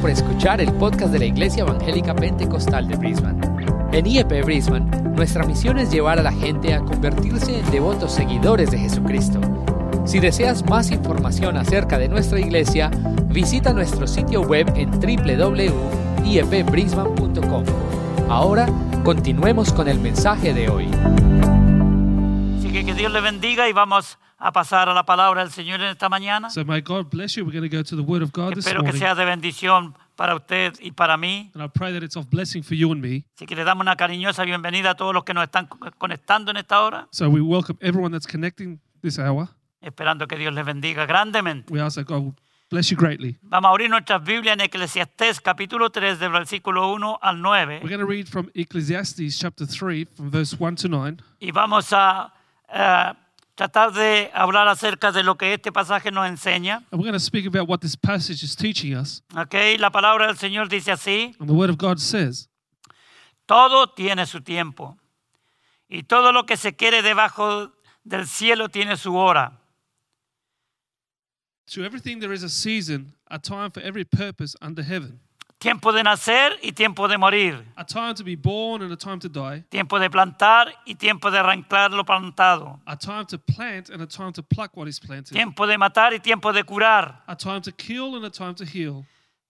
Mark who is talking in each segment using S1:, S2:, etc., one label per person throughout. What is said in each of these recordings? S1: por escuchar el podcast de la Iglesia Evangélica Pentecostal de Brisbane. En IEP Brisbane, nuestra misión es llevar a la gente a convertirse en devotos seguidores de Jesucristo. Si deseas más información acerca de nuestra iglesia, visita nuestro sitio web en E www.iepbrisbane.com. Ahora, continuemos con el mensaje de hoy.
S2: Así que que Dios le bendiga y vamos a pasar a la palabra del Señor en esta mañana.
S3: So may God bless you. We're going to go to the Word of God this
S2: Espero que
S3: morning,
S2: sea de bendición para usted y para mí.
S3: and I pray that it's of blessing for you and me.
S2: Así que le damos una cariñosa bienvenida a todos los que nos están co- conectando en esta hora,
S3: So we welcome everyone that's connecting this hour.
S2: esperando que Dios les bendiga grandemente.
S3: We ask that God will bless you greatly.
S2: Vamos a abrir nuestras Biblias en Eclesiastés capítulo 3 del versículo 1 al
S3: We're
S2: 9
S3: going to read from Ecclesiastes chapter 3, from verse 1 to 9.
S2: y vamos a eh, tratar de hablar acerca de lo que este pasaje nos enseña.
S3: And we're going to speak about what this passage is teaching us.
S2: ¿ok? La palabra del Señor dice así.
S3: And the Word of God says,
S2: Todo tiene su tiempo. Y todo lo que se quiere debajo del cielo tiene su hora.
S3: To everything there is a season, a time for every purpose under heaven,
S2: Tiempo de nacer y tiempo de morir.
S3: a time to be born and a time to die,
S2: Tiempo de plantar y tiempo de arrancar lo plantado.
S3: a time to plant and a time to pluck what is planted,
S2: Tiempo de matar y tiempo de curar.
S3: a time to kill and a time to heal,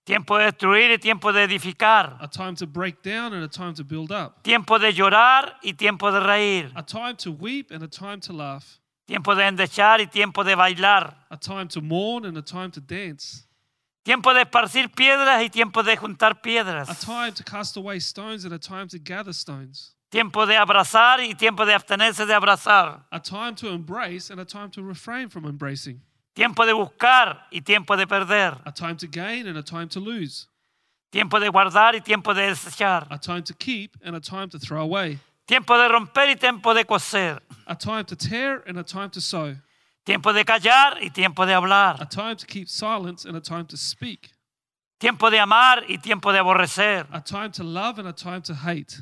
S2: Tiempo de destruir y tiempo de edificar.
S3: a time to break down and a time to build up.
S2: Tiempo de llorar y tiempo de reír.
S3: a time to weep and a time to laugh,
S2: Tiempo de endechar y tiempo de bailar.
S3: a time to mourn and a time to dance,
S2: Tiempo de esparcir piedras y tiempo de juntar
S3: a
S2: piedras.
S3: time to cast away stones and a time to gather stones,
S2: Tiempo de abrazar y tiempo de abstenerse de abrazar.
S3: a time to embrace and a time to refrain from embracing,
S2: Tiempo de buscar y tiempo de perder.
S3: a time to gain and a time to lose,
S2: Tiempo de guardar y tiempo de desechar.
S3: a time to keep and a time to throw away,
S2: Tiempo de romper y tiempo de coser.
S3: a time to tear and a time to sow,
S2: Tiempo de callar y tiempo de
S3: a
S2: hablar.
S3: time to keep silence and a time to speak,
S2: Tiempo de amar y tiempo de aborrecer.
S3: a time to love and a time to hate,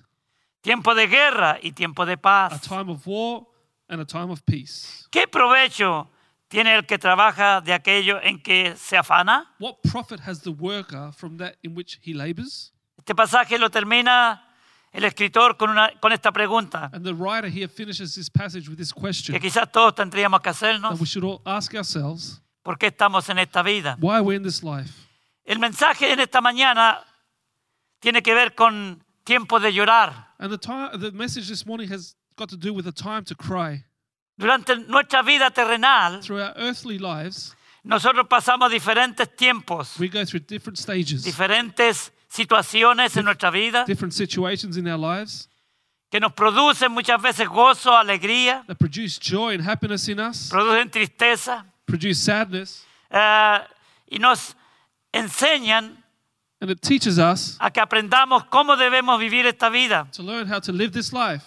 S2: Tiempo de guerra y tiempo de
S3: a
S2: paz.
S3: time of war and a time of peace.
S2: ¿Qué provecho tiene el que trabaja de aquello en que se afana?
S3: What profit has the worker from that in which he labors?
S2: Este pasaje lo termina el escritor con, una- con esta pregunta
S3: And the writer here finishes this passage with this question
S2: que quizás todos tendríamos que
S3: that
S2: hacernos.
S3: we should all ask ourselves
S2: ¿Por qué estamos en esta vida?
S3: why we're in this life.
S2: El mensaje en esta mañana tiene que ver con tiempo de llorar.
S3: And the, time, the message this morning has got to do with the time to cry.
S2: Durante nuestra vida terrenal,
S3: Through our earthly lives,
S2: nosotros pasamos diferentes tiempos,
S3: we go through different stages,
S2: diferentes situaciones en nuestra vida
S3: different situations in our lives
S2: que nos producen muchas veces gozo, alegría,
S3: that produce joy and happiness in us,
S2: producen tristeza
S3: produce sadness,
S2: eh, y nos enseñan
S3: and it teaches us
S2: a que aprendamos cómo debemos vivir esta vida.
S3: to learn how to live this life.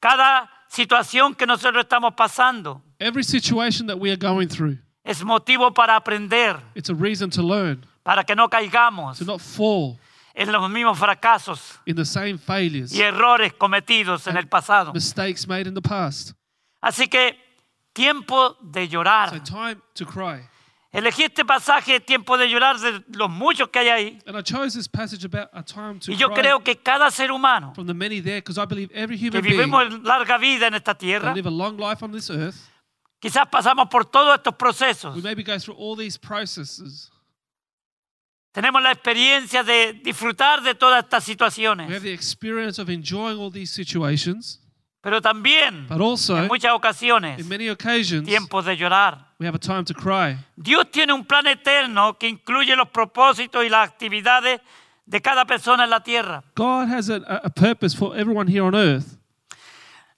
S2: Cada situación que nosotros estamos pasando
S3: Every situation that we are going through,
S2: es motivo para aprender,
S3: it's a reason to learn,
S2: para que no caigamos.
S3: to not fall
S2: en los mismos fracasos
S3: in the same failures,
S2: y errores cometidos en el pasado.
S3: mistakes made in the past.
S2: Así que tiempo de
S3: So
S2: llorar.
S3: time to cry.
S2: Elegí este pasaje, tiempo de llorar, de los muchos que hay ahí.
S3: And I chose this passage about a time to
S2: Y yo
S3: cry
S2: creo que cada ser humano
S3: from the many there because I believe every
S2: que
S3: human being
S2: vivimos larga vida en esta tierra,
S3: that live a long life on this earth,
S2: quizás pasamos por todos estos procesos.
S3: we maybe go through all these processes.
S2: Tenemos la experiencia de disfrutar de todas estas
S3: We have
S2: situaciones,
S3: the experience of enjoying all these situations,
S2: pero también
S3: but
S2: en
S3: also
S2: muchas ocasiones
S3: in many occasions
S2: tiempos de llorar.
S3: we have a time to cry.
S2: Dios tiene un plan eterno que incluye los propósitos y las actividades de cada persona en la tierra.
S3: God has a, a- a purpose for everyone here on earth.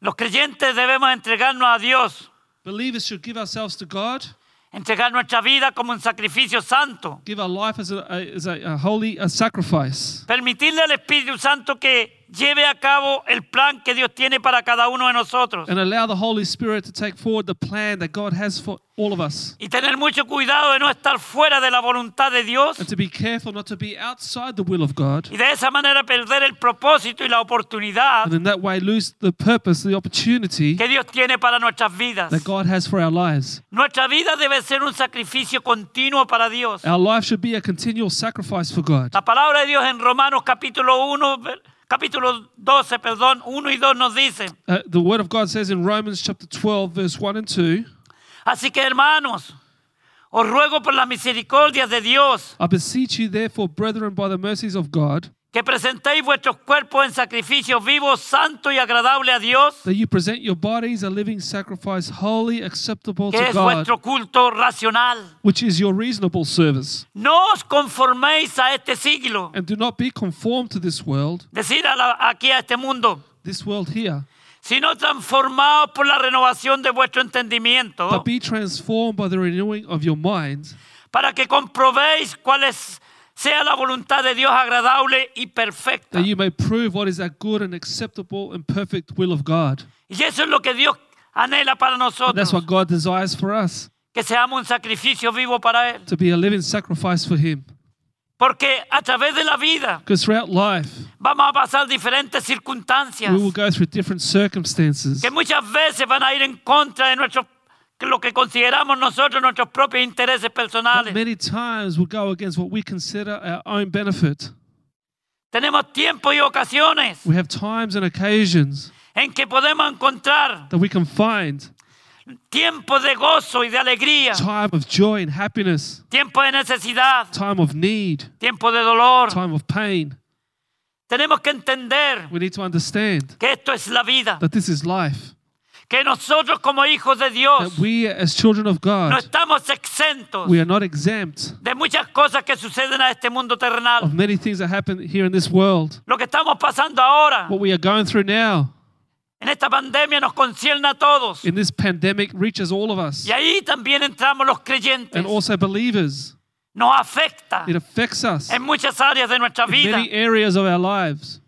S2: Los creyentes debemos entregarnos a Dios,
S3: Believers should give ourselves to God,
S2: entregar nuestra vida como un sacrificio santo,
S3: give our life as a, a- as a, a holy a sacrifice,
S2: permitirle al Espíritu Santo que lleve a cabo el plan que Dios tiene para cada uno de nosotros.
S3: and allow the Holy Spirit to take forward the plan that God has for all of us.
S2: Y tener mucho cuidado de no estar fuera de la voluntad de Dios
S3: And to be careful not to be outside the will of God.
S2: y de esa manera perder el propósito y la oportunidad
S3: And in that way, lose the purpose, the opportunity
S2: que Dios tiene para nuestras vidas.
S3: that God has for our lives.
S2: Nuestra vida debe ser un sacrificio continuo para Dios.
S3: Our life should be a continual sacrifice for God.
S2: La palabra de Dios en Romanos capítulo 1, ver- capítulo 12, perdón, 1 y 2 nos dice,
S3: Uh, the Word of God says in Romans chapter 12, verse 1 and 2
S2: así que hermanos, os ruego por las misericordias de Dios
S3: I beseech you, therefore, brethren, by the mercies of God,
S2: que presentéis vuestros cuerpos en sacrificio vivo, santo y agradable a Dios,
S3: that you present your bodies a living sacrifice, wholly acceptable
S2: que
S3: to
S2: es
S3: God,
S2: vuestro culto racional.
S3: which is your reasonable service.
S2: No os conforméis a este siglo,
S3: And do not be conformed to this world,
S2: decir a la- aquí a este mundo,
S3: this world here,
S2: sino transformados por la renovación de vuestro entendimiento,
S3: but be transformed by the renewing of your mind,
S2: para que comprobéis cuál es sea la voluntad de Dios agradable y perfecta.
S3: that you may prove what is that good and acceptable and perfect will of God.
S2: Y eso es lo que Dios anhela para
S3: And that's
S2: nosotros,
S3: what God desires for us,
S2: que seamos un sacrificio vivo para Él.
S3: to be a living sacrifice for Him.
S2: Porque a través de la vida
S3: Because throughout life,
S2: vamos a pasar diferentes circunstancias
S3: we will go through different circumstances
S2: que muchas veces van a ir en contra de nuestros que lo que consideramos nosotros nuestros propios intereses
S3: that
S2: personales.
S3: many times will go against what we consider our own benefit.
S2: Tenemos tiempos y ocasiones
S3: We have times and occasions
S2: en que podemos encontrar
S3: that we can find
S2: tiempos de gozo y de alegría,
S3: time of joy and happiness,
S2: tiempos de necesidad,
S3: time of need,
S2: tiempos de dolor.
S3: time of pain.
S2: Tenemos que entender
S3: We need to understand
S2: que esto es la vida,
S3: that this is life,
S2: que nosotros como hijos de Dios
S3: that we as children of
S2: no
S3: God,
S2: estamos exentos
S3: we are not exempt
S2: de muchas cosas que suceden a este mundo
S3: of
S2: terrenal.
S3: many things that happen here in this world.
S2: Lo que estamos pasando ahora
S3: What we are going through now
S2: en esta pandemia nos concierne a todos.
S3: in this pandemic reaches all of us
S2: Y ahí también entramos los creyentes.
S3: and also believers.
S2: Nos afecta
S3: It affects us
S2: en
S3: in
S2: muchas áreas de nuestra vida
S3: many areas of our lives.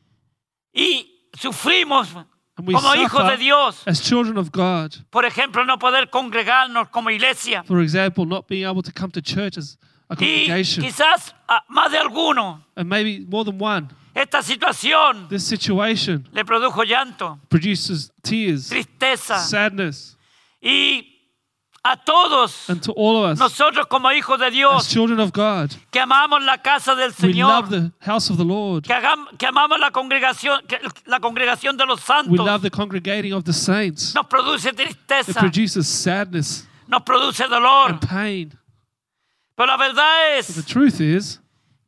S2: y sufrimos
S3: And we
S2: como hijos de
S3: suffer
S2: Dios.
S3: as children of God.
S2: Por ejemplo, no poder congregarnos como iglesia.
S3: For example, not being able to come to church as a
S2: Y
S3: congregation.
S2: quizás a más de alguno,
S3: And maybe more than one.
S2: esta situación
S3: This situation
S2: le produjo llanto,
S3: produces tears,
S2: tristeza.
S3: sadness,
S2: Y a todos
S3: and to all of us,
S2: nosotros como hijos de
S3: as
S2: Dios,
S3: children of God,
S2: que amamos la casa del
S3: we
S2: Señor,
S3: love the house of the Lord.
S2: que, hagam- que amamos la congregación, que- la congregación de los
S3: We love
S2: santos,
S3: the congregating of the saints.
S2: nos produce
S3: It
S2: tristeza,
S3: produces sadness
S2: nos produce dolor.
S3: and pain.
S2: Pero la verdad
S3: The
S2: es
S3: truth is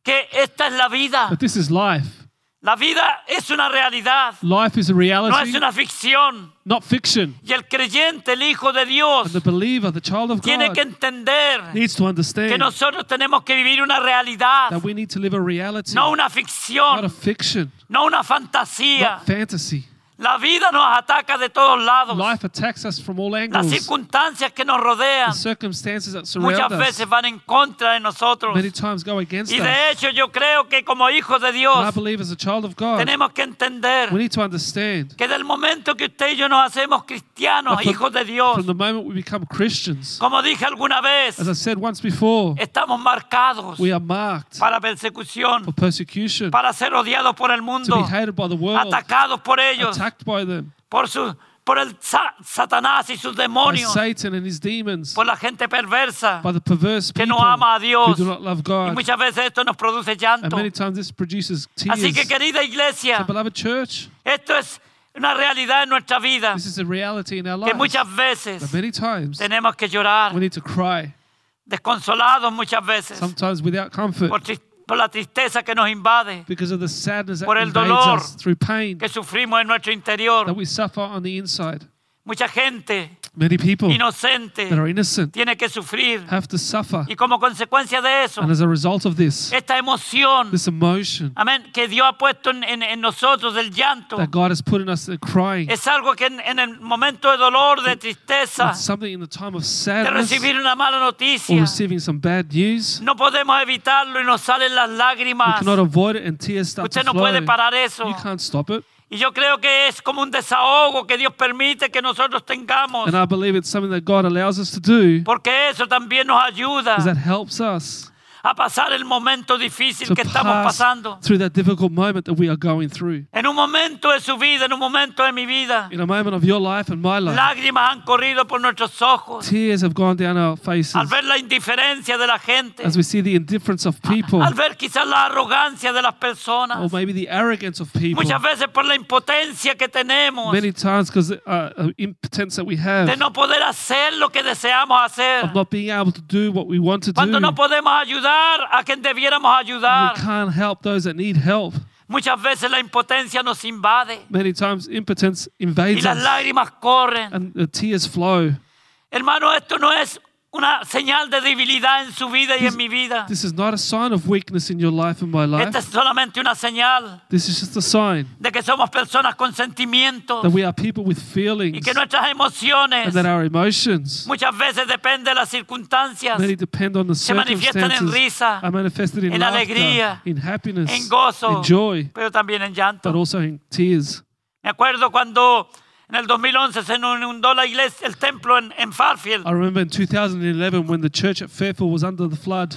S2: que esta es la vida.
S3: that this is life.
S2: La vida es una realidad,
S3: Life is a
S2: no es
S3: reality,
S2: una ficción.
S3: not fiction.
S2: Y el creyente, el Hijo de Dios,
S3: And the believer, the child of
S2: tiene que
S3: God,
S2: entender
S3: needs to
S2: que
S3: understand
S2: nosotros tenemos que vivir una realidad,
S3: that we need to live a reality,
S2: no una
S3: not a
S2: ficción,
S3: fiction,
S2: no una fantasía.
S3: not fantasy.
S2: La vida nos ataca de todos lados.
S3: Life attacks us from all
S2: Las
S3: angles.
S2: circunstancias que nos rodean
S3: The circumstances that
S2: muchas
S3: surround us
S2: veces van en contra de nosotros.
S3: many times go against
S2: Y
S3: us.
S2: de
S3: And
S2: hecho yo creo que como hijos de
S3: I
S2: Dios
S3: believe as a child of God,
S2: tenemos que entender
S3: we need to understand
S2: que del momento que usted y yo nos hacemos cristianos,
S3: But from-
S2: hijos de Dios,
S3: from the moment we become Christians,
S2: como dije alguna vez,
S3: as I said once before,
S2: estamos marcados
S3: we are marked
S2: para persecución,
S3: for persecution,
S2: para ser odiados por el
S3: to be
S2: mundo,
S3: hated by the world,
S2: atacados por ellos,
S3: attacked by them,
S2: por, su, por el sa- Satanás y sus
S3: by
S2: demonios,
S3: Satan and his demons,
S2: por la gente perversa.
S3: by the perverse
S2: que
S3: people
S2: no ama a
S3: who
S2: Dios.
S3: do not love
S2: Y
S3: God.
S2: muchas veces esto nos produce
S3: And
S2: llanto.
S3: many times this produces
S2: Así
S3: tears.
S2: que querida iglesia,
S3: Beloved church,
S2: esto es una realidad en nuestra vida
S3: this is a reality in our
S2: que
S3: lives.
S2: muchas veces
S3: But many times
S2: tenemos que llorar,
S3: we need to cry,
S2: desconsolados muchas veces
S3: sometimes without comfort,
S2: por, tris- por la tristeza que nos invade,
S3: because of the sadness that
S2: Por el
S3: invades
S2: dolor
S3: us through pain
S2: que sufrimos en nuestro
S3: that
S2: interior.
S3: we suffer on the inside.
S2: Mucha gente
S3: Many people
S2: inocente
S3: that are innocent
S2: tiene que sufrir.
S3: have to suffer.
S2: Y como consecuencia de eso,
S3: And as a result of this,
S2: esta emoción,
S3: this emotion
S2: amén, que Dios ha puesto en, en- en nosotros, del llanto,
S3: that God has put in us, the crying,
S2: es algo que en, en el momento de dolor, de tristeza,
S3: it's something in the time of
S2: de
S3: sadness
S2: recibir una mala
S3: or
S2: noticia,
S3: receiving some bad news,
S2: no podemos evitarlo y nos salen las
S3: we
S2: lágrimas.
S3: cannot avoid it and tears start
S2: Usted no
S3: to
S2: puede
S3: flow.
S2: parar eso.
S3: You can't stop it.
S2: Y yo creo que es como un desahogo que Dios permite que nosotros tengamos,
S3: And I believe it's something that God allows us to do
S2: porque eso también nos ayuda
S3: is that helps us
S2: a pasar el momento difícil
S3: to
S2: que estamos
S3: pass
S2: pasando.
S3: through that difficult moment that we are going through.
S2: En un momento de su vida, en un momento de mi vida,
S3: In a moment of your life and my life,
S2: lágrimas han corrido por nuestros ojos
S3: tears have gone down our
S2: al
S3: faces
S2: ver la indiferencia de la gente,
S3: as we see the indifference of people
S2: al ver quizás la arrogancia de las
S3: or
S2: personas,
S3: maybe the arrogance of people.
S2: muchas veces por la impotencia que tenemos
S3: Many times because uh, uh, impotence that we
S2: de
S3: have
S2: no poder hacer lo que deseamos hacer,
S3: of not being able to do what we want to do.
S2: cuando no
S3: We
S2: podemos ayudar a quien debiéramos ayudar.
S3: can't help those that need help.
S2: Muchas veces la impotencia nos invade
S3: Many times impotence
S2: y
S3: invades
S2: las
S3: us
S2: lágrimas corren.
S3: and the tears flow.
S2: Hermano, esto no es una señal de debilidad en su vida y en mi vida.
S3: This is not a sign of weakness in your life and my life.
S2: Esta es solamente una señal
S3: This is just a sign
S2: de que somos personas con sentimientos
S3: that we are people with
S2: y
S3: feelings
S2: que nuestras emociones
S3: and that our emotions
S2: muchas veces depende de las circunstancias,
S3: many depend on the
S2: se manifiestan en
S3: circumstances
S2: risa,
S3: are manifested in
S2: en
S3: laughter,
S2: alegría,
S3: in happiness,
S2: en gozo,
S3: in joy,
S2: pero también en
S3: but
S2: llanto.
S3: also in tears.
S2: Me acuerdo cuando en el 2011 se inundó la iglesia, el templo en, en Farfield.
S3: I remember in 2011 when the church at Fairfield was under the flood,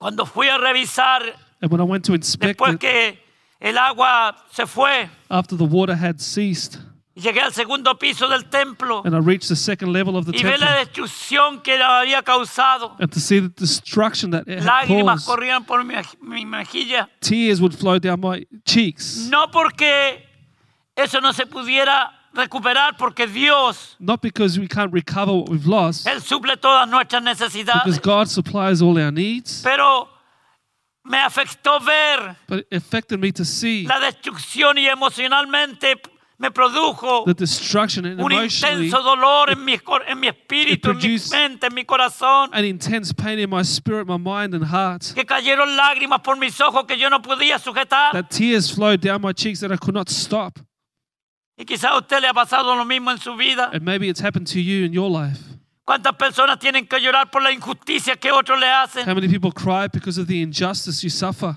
S2: Cuando fui a revisar
S3: and when I went to inspect
S2: después
S3: it
S2: que el agua se fue,
S3: after the water had ceased,
S2: y llegué al segundo piso del templo
S3: and I reached the second level of the
S2: y ve la
S3: temple,
S2: destrucción que la había causado.
S3: and to see the destruction that it had
S2: Lágrimas
S3: caused,
S2: corrían por mi, mi mejilla.
S3: tears would flow down my cheeks.
S2: No porque eso no se pudiera recuperar, porque Dios,
S3: Not because we can't recover what we've lost,
S2: Él suple todas nuestras
S3: because
S2: necesidades.
S3: God supplies all our needs,
S2: Pero me afectó ver
S3: but it affected me to see
S2: la destrucción y emocionalmente me produjo
S3: the destruction and
S2: un
S3: emotionally
S2: intenso dolor en mi, cor- en mi espíritu, en mi
S3: produced-
S2: mente, en mi corazón.
S3: an intense pain in my spirit, my mind, and heart.
S2: que cayeron lágrimas por mis ojos que yo no podía sujetar.
S3: That tears flowed down my cheeks that I could not stop.
S2: Y quizás a usted le ha pasado lo mismo en su vida.
S3: And maybe it's happened to you in your life.
S2: ¿Cuántas personas tienen que llorar por la injusticia que otros le
S3: How
S2: hacen?
S3: many people cry because of the injustice you suffer?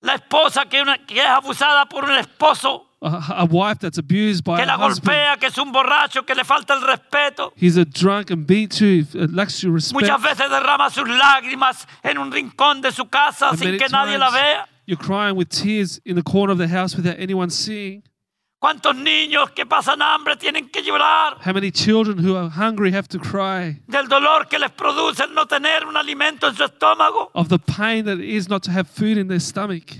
S2: La esposa que, una- que es abusada por un esposo,
S3: A, a wife that's abused by
S2: que
S3: her
S2: la
S3: husband.
S2: golpea, que es un borracho, que le falta el respeto.
S3: He's a drunk and beat you, uh, lacks your respect.
S2: Muchas veces derrama sus lágrimas en un rincón de su casa
S3: And
S2: sin
S3: many
S2: que nadie la
S3: times
S2: vea.
S3: You're crying with tears in the corner of the house without anyone seeing.
S2: ¿Cuántos niños que pasan hambre tienen que llorar
S3: How many children who are hungry have to cry
S2: del dolor que les produce el no tener un alimento en su estómago?
S3: of the pain that it is not to have food in their stomach?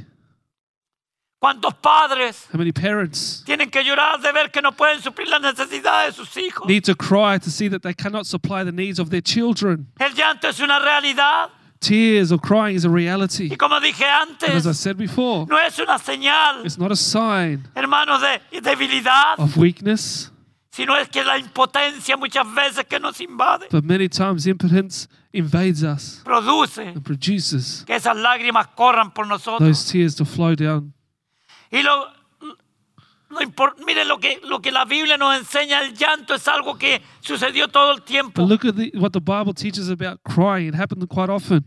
S2: ¿Cuántos padres
S3: How many parents
S2: Tienen que llorar de ver que no pueden suplir las necesidades de sus hijos.
S3: need to cry to see that they cannot supply the needs of their children?
S2: El llanto es una realidad.
S3: Tears or crying is a reality.
S2: Y como dije
S3: And as I
S2: antes,
S3: said before,
S2: no es una señal,
S3: it's not a sign
S2: hermanos, de debilidad,
S3: of weakness,
S2: sino es que la impotencia muchas veces que nos invade
S3: but many times impotence invades us
S2: produce
S3: and produces
S2: que esas lágrimas corran por nosotros.
S3: those tears to flow down.
S2: Y lo, lo impor- mire lo que, lo que la Biblia nos enseña, el llanto es algo que sucedió todo el
S3: But
S2: tiempo.
S3: look at the, what the Bible teaches about crying. It happened quite often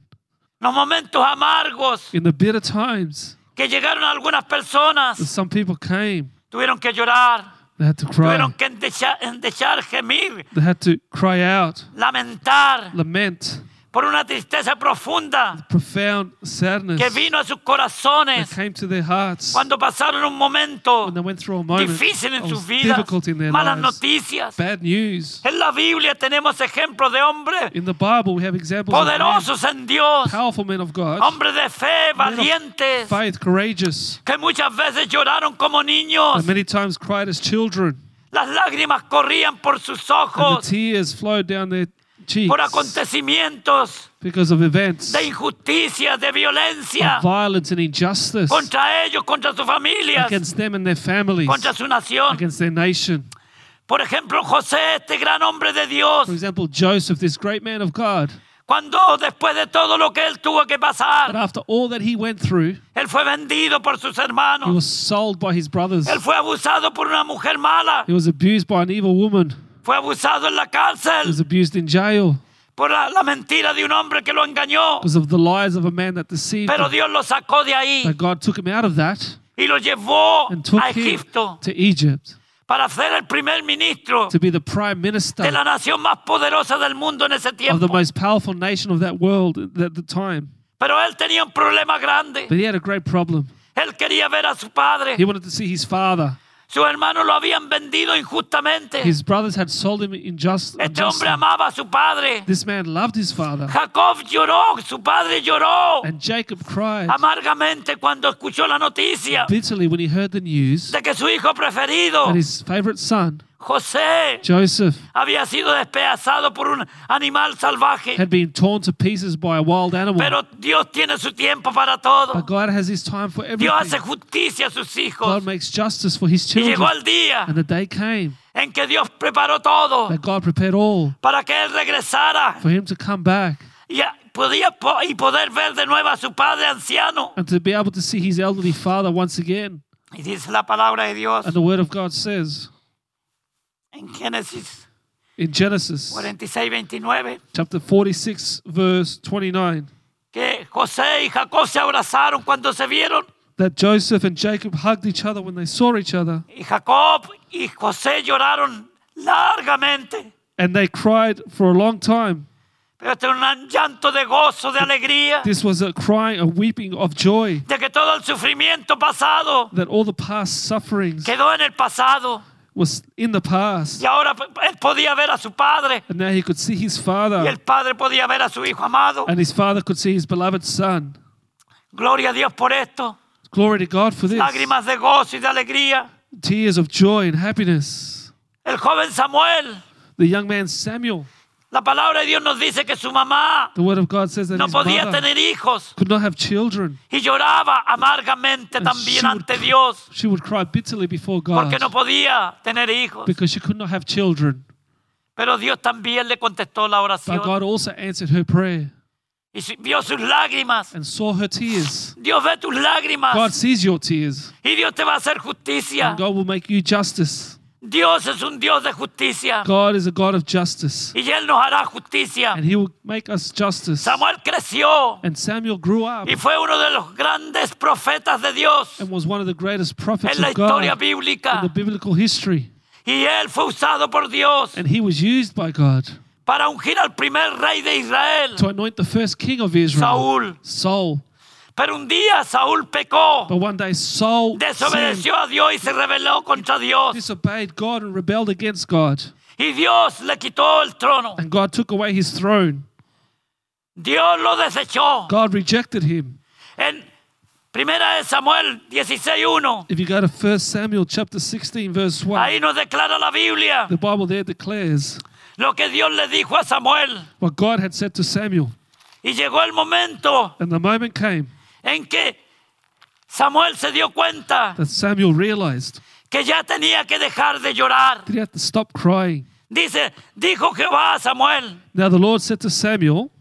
S2: Los momentos amargos
S3: in the bitter times.
S2: que llegaron a algunas
S3: that
S2: personas
S3: Some people came,
S2: tuvieron que llorar.
S3: they had to
S2: Tuvieron
S3: cry,
S2: que endechar, endechar, gemir,
S3: they had to cry out,
S2: lamentar
S3: lament,
S2: por una tristeza profunda
S3: profound sadness
S2: que vino a sus
S3: that
S2: corazones
S3: came to their hearts
S2: cuando pasaron un momento
S3: when they went through a moment
S2: difícil en
S3: of
S2: sus vidas,
S3: difficulty in their
S2: malas
S3: lives,
S2: noticias.
S3: bad news.
S2: En la Biblia tenemos ejemplos de hombres
S3: In the Bible, we have examples of men,
S2: poderosos en Dios,
S3: powerful men of God,
S2: hombres de fe, valientes,
S3: faith, courageous,
S2: que muchas veces lloraron como niños.
S3: and many times cried as children,
S2: Las lágrimas corrían por sus
S3: and the
S2: ojos
S3: tears flowed down their cheeks
S2: por acontecimientos
S3: because of events,
S2: de injusticia, de violencia.
S3: of violence and injustice
S2: contra ellos, contra sus familias,
S3: against them and their families,
S2: contra su nación.
S3: against their nation.
S2: Por ejemplo, José, este gran hombre de Dios,
S3: For example, Joseph, this great man of God,
S2: cuando después de todo lo que él tuvo que
S3: that
S2: pasar,
S3: after all that he went through,
S2: él fue vendido por sus
S3: he
S2: hermanos,
S3: was sold by his brothers.
S2: él fue abusado por una mujer mala,
S3: He was abused by an evil woman.
S2: fue abusado en la
S3: He
S2: cárcel
S3: was abused in jail
S2: por la, la mentira de un hombre que lo engañó,
S3: because of the lies of a man that deceived
S2: pero
S3: him.
S2: Dios lo sacó de ahí
S3: But God took him out of that
S2: y lo llevó
S3: and took
S2: a
S3: him
S2: Egipto
S3: to Egypt
S2: para ser el primer ministro
S3: to be the prime minister
S2: de la nación más poderosa del mundo en ese
S3: of the
S2: tiempo.
S3: most powerful nation of that world at the time.
S2: Pero él tenía un problema grande.
S3: But he had a great problem.
S2: Él quería ver a su padre.
S3: He wanted to see his father.
S2: Sus hermanos lo habían vendido injustamente.
S3: His brothers had sold him injust,
S2: Este hombre
S3: unjustly.
S2: amaba a su padre.
S3: This man loved his father.
S2: Jacob lloró, su padre lloró
S3: And Jacob cried
S2: amargamente cuando escuchó la noticia
S3: bitterly when he heard the news
S2: de que su hijo preferido,
S3: that his favorite son,
S2: José,
S3: Joseph,
S2: había sido despedazado por un animal salvaje.
S3: had been torn to pieces by a wild animal.
S2: Pero Dios tiene su tiempo para
S3: But
S2: todo.
S3: God has his time for
S2: Dios hace
S3: everything.
S2: justicia a sus hijos.
S3: God makes justice for his
S2: Y llegó
S3: children.
S2: el día
S3: And the day came
S2: en que Dios preparó todo
S3: that God prepared all
S2: para que él regresara
S3: for him to come back
S2: y, a- podía po- y poder ver de nuevo a su padre anciano.
S3: and to be able to see his elderly father once again.
S2: Y dice la palabra de Dios
S3: And the word of God says
S2: en Génesis
S3: in Genesis
S2: 46, 29,
S3: chapter 46, verse 29,
S2: que José y Jacob se abrazaron cuando se vieron.
S3: that Joseph and Jacob hugged each other when they saw each other.
S2: Y Jacob y José lloraron largamente.
S3: And they cried for a long time.
S2: Pero este era un llanto de gozo, de alegría,
S3: This was a crying, a weeping of joy
S2: de que todo el sufrimiento pasado
S3: that all the past sufferings
S2: quedó en el pasado.
S3: was in the past.
S2: Y ahora él podía ver a su padre
S3: And now he could see his
S2: y
S3: father,
S2: el padre podía ver a su hijo amado.
S3: and his father could see his beloved son.
S2: Gloria a Dios por esto.
S3: Glory to God for this.
S2: Lágrimas de gozo y de alegría.
S3: Tears of joy and happiness.
S2: El joven Samuel,
S3: The young man Samuel,
S2: la palabra de Dios nos dice que su mamá
S3: the word of God says that
S2: no
S3: his
S2: podía
S3: mother
S2: tener hijos
S3: could not have children.
S2: y lloraba amargamente
S3: And she
S2: también
S3: would-
S2: ante Dios
S3: She would cry bitterly before God
S2: porque no podía tener hijos.
S3: because she could not have children.
S2: Pero Dios también le contestó la
S3: But
S2: oración
S3: God also answered her prayer
S2: y su- vio sus lágrimas.
S3: and saw her tears.
S2: Dios ve tus
S3: God
S2: lágrimas
S3: sees your tears,
S2: y Dios te va a hacer justicia.
S3: and God will make you justice.
S2: Dios es un Dios de justicia
S3: God is a God of justice,
S2: y Él nos hará justicia.
S3: and He will make us justice.
S2: Samuel creció
S3: And Samuel grew up
S2: y fue uno de los grandes profetas de Dios
S3: and was one of the greatest prophets
S2: en la
S3: of
S2: historia
S3: God in
S2: bíblica.
S3: the biblical history.
S2: Y él fue usado por Dios
S3: And he was used by God
S2: para ungir al primer rey de Israel,
S3: to anoint the first king of Israel,
S2: Saúl.
S3: Saul.
S2: Pero un día Saúl pecó,
S3: But one day Saul sinned,
S2: desobedeció a Dios y se rebeló contra Dios.
S3: disobeyed God and rebelled against God.
S2: Y Dios le quitó el trono.
S3: And God took away his throne.
S2: Dios lo desechó.
S3: God rejected him.
S2: En Primera de Samuel 16:1,
S3: If you go to 1 Samuel chapter 16, verse 1,
S2: ahí nos declara la Biblia
S3: the Bible there declares
S2: lo que Dios le dijo a Samuel.
S3: what God had said to Samuel.
S2: Y llegó el momento
S3: And the moment came
S2: en que Samuel se dio cuenta
S3: that Samuel realized
S2: que ya tenía que dejar de llorar.
S3: that he had to stop crying.
S2: Dice, dijo Jehová a Samuel,
S3: Now the Lord said to Samuel,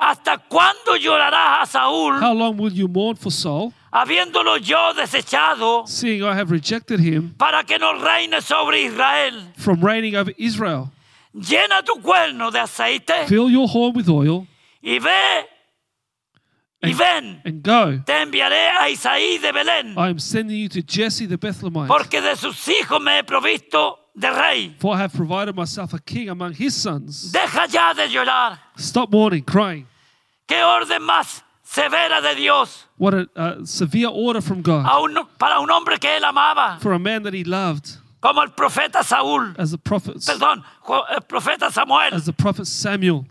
S2: ¿hasta cuándo llorarás a Saúl,
S3: How long will you mourn for Saul,
S2: habiéndolo yo desechado,
S3: seeing I have rejected him
S2: para que no reine sobre Israel?
S3: from reigning over Israel?
S2: Llena tu cuerno de aceite
S3: Fill your horn with oil
S2: y ve y ven,
S3: and go.
S2: te enviaré a Isaí de Belén,
S3: I am sending you to Jesse the Bethlehemite,
S2: porque de sus hijos me he provisto de rey.
S3: for I have provided myself a king among his sons.
S2: Deja ya de llorar.
S3: Stop mourning, crying.
S2: Qué orden más severa de Dios
S3: What a, a severe order from God
S2: a un- para un hombre que él amaba,
S3: for a man that he loved,
S2: como el profeta Saúl.
S3: as the prophet,
S2: Perdón, jo- eh, profeta Samuel.
S3: as the prophet Samuel.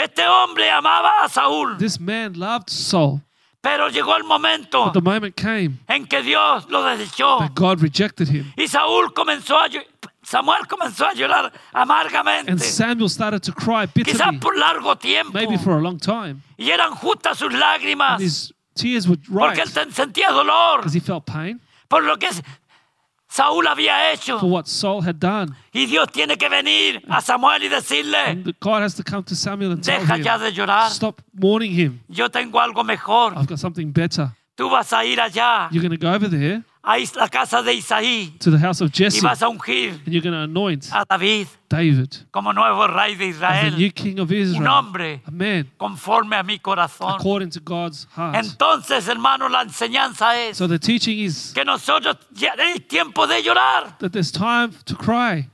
S2: Este hombre amaba a Saúl,
S3: This man loved Saul.
S2: pero llegó el momento
S3: The moment came
S2: en que Dios lo desechó
S3: that God rejected him,
S2: y Saúl comenzó a llo- Samuel comenzó a llorar
S3: and
S2: amargamente,
S3: Samuel started to cry
S2: quizás
S3: bitterly,
S2: por largo tiempo,
S3: maybe for a long time.
S2: y eran justas sus lágrimas
S3: His tears were
S2: porque
S3: right
S2: él ten- sentía dolor
S3: because he felt pain
S2: por lo que s- Saúl había hecho.
S3: for what Saul had done.
S2: Y Dios tiene que venir a Samuel y decirle,
S3: And that God has to come to Samuel and tell
S2: deja ya
S3: him,
S2: de llorar,
S3: stop warning him.
S2: yo tengo algo mejor.
S3: I've got something better.
S2: Tú vas a ir allá,
S3: You're going to go over there
S2: a is- la casa de Isaí,
S3: to the house of
S2: y
S3: Jesse
S2: vas a ungir
S3: and you're going to anoint
S2: a David
S3: David
S2: como nuevo rey de
S3: as the new
S2: Israel,
S3: king of
S2: un
S3: Israel,
S2: hombre
S3: a man
S2: conforme a mi corazón.
S3: according to God's heart.
S2: Entonces, hermano, la enseñanza es
S3: So the teaching is
S2: que nosotros ya es tiempo de llorar.
S3: that there's time to cry.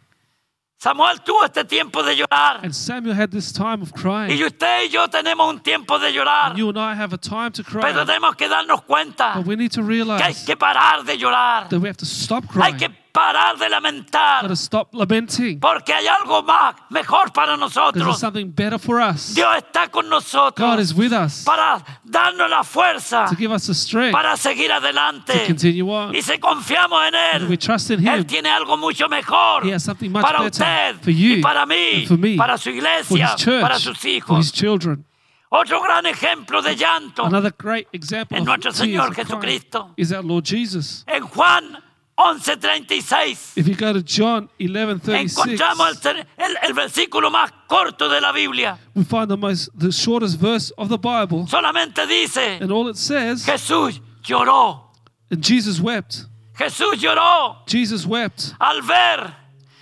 S2: Samuel tuvo este tiempo de llorar.
S3: And Samuel had this time of crying.
S2: Y usted y yo tenemos un tiempo de llorar.
S3: And you and I have a time to
S2: Pero
S3: cry.
S2: tenemos que darnos cuenta
S3: But we need to
S2: que hay
S3: realize
S2: que parar de llorar.
S3: that we have to stop
S2: Hay
S3: crying.
S2: que parar de lamentar.
S3: Let us stop lamenting.
S2: Porque hay algo más, mejor para
S3: Because there's
S2: nosotros.
S3: something better for us.
S2: Dios está con
S3: God
S2: nosotros
S3: is with us
S2: para darnos la fuerza
S3: to give us the strength
S2: para seguir
S3: to
S2: adelante.
S3: continue on.
S2: Y si confiamos en
S3: And we
S2: Él,
S3: trust in
S2: Él
S3: Him
S2: tiene algo mucho mejor
S3: He has something much
S2: para
S3: better
S2: usted
S3: for you
S2: y para mí,
S3: and for me,
S2: para su
S3: for His
S2: iglesia, para
S3: church,
S2: sus
S3: for His
S2: hijos.
S3: children.
S2: Otro gran ejemplo de llanto
S3: Another great example
S2: En
S3: of
S2: nuestro
S3: tears
S2: Señor
S3: of crying
S2: Jesucristo.
S3: is our Lord Jesus.
S2: en Juan 11:36.
S3: If you go to John 11,
S2: Encontramos el,
S3: 36,
S2: ter- el- el versículo más corto de la Biblia.
S3: we find the most the shortest verse of the Bible,
S2: Solamente dice,
S3: and all it says,
S2: Jesús lloró.
S3: and Jesus wept.
S2: Jesús lloró
S3: Jesus wept
S2: al ver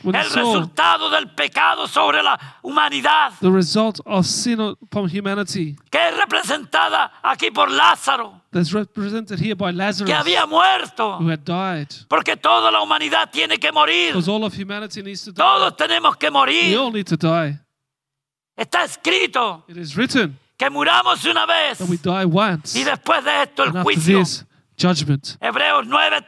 S3: when he
S2: el
S3: saw
S2: resultado del pecado sobre la humanidad,
S3: the result of sin upon humanity
S2: que es representada aquí por Lázaro,
S3: that's represented here by Lazarus,
S2: que había muerto.
S3: who had died.
S2: Porque toda la humanidad tiene que morir.
S3: Because all of humanity needs to die.
S2: Todos tenemos que
S3: We
S2: morir.
S3: all need to die.
S2: Está escrito
S3: It is written
S2: que muramos una vez
S3: that we die once,
S2: y después de esto
S3: and
S2: el
S3: after
S2: juicio.
S3: this, judgment.
S2: Hebreos 9,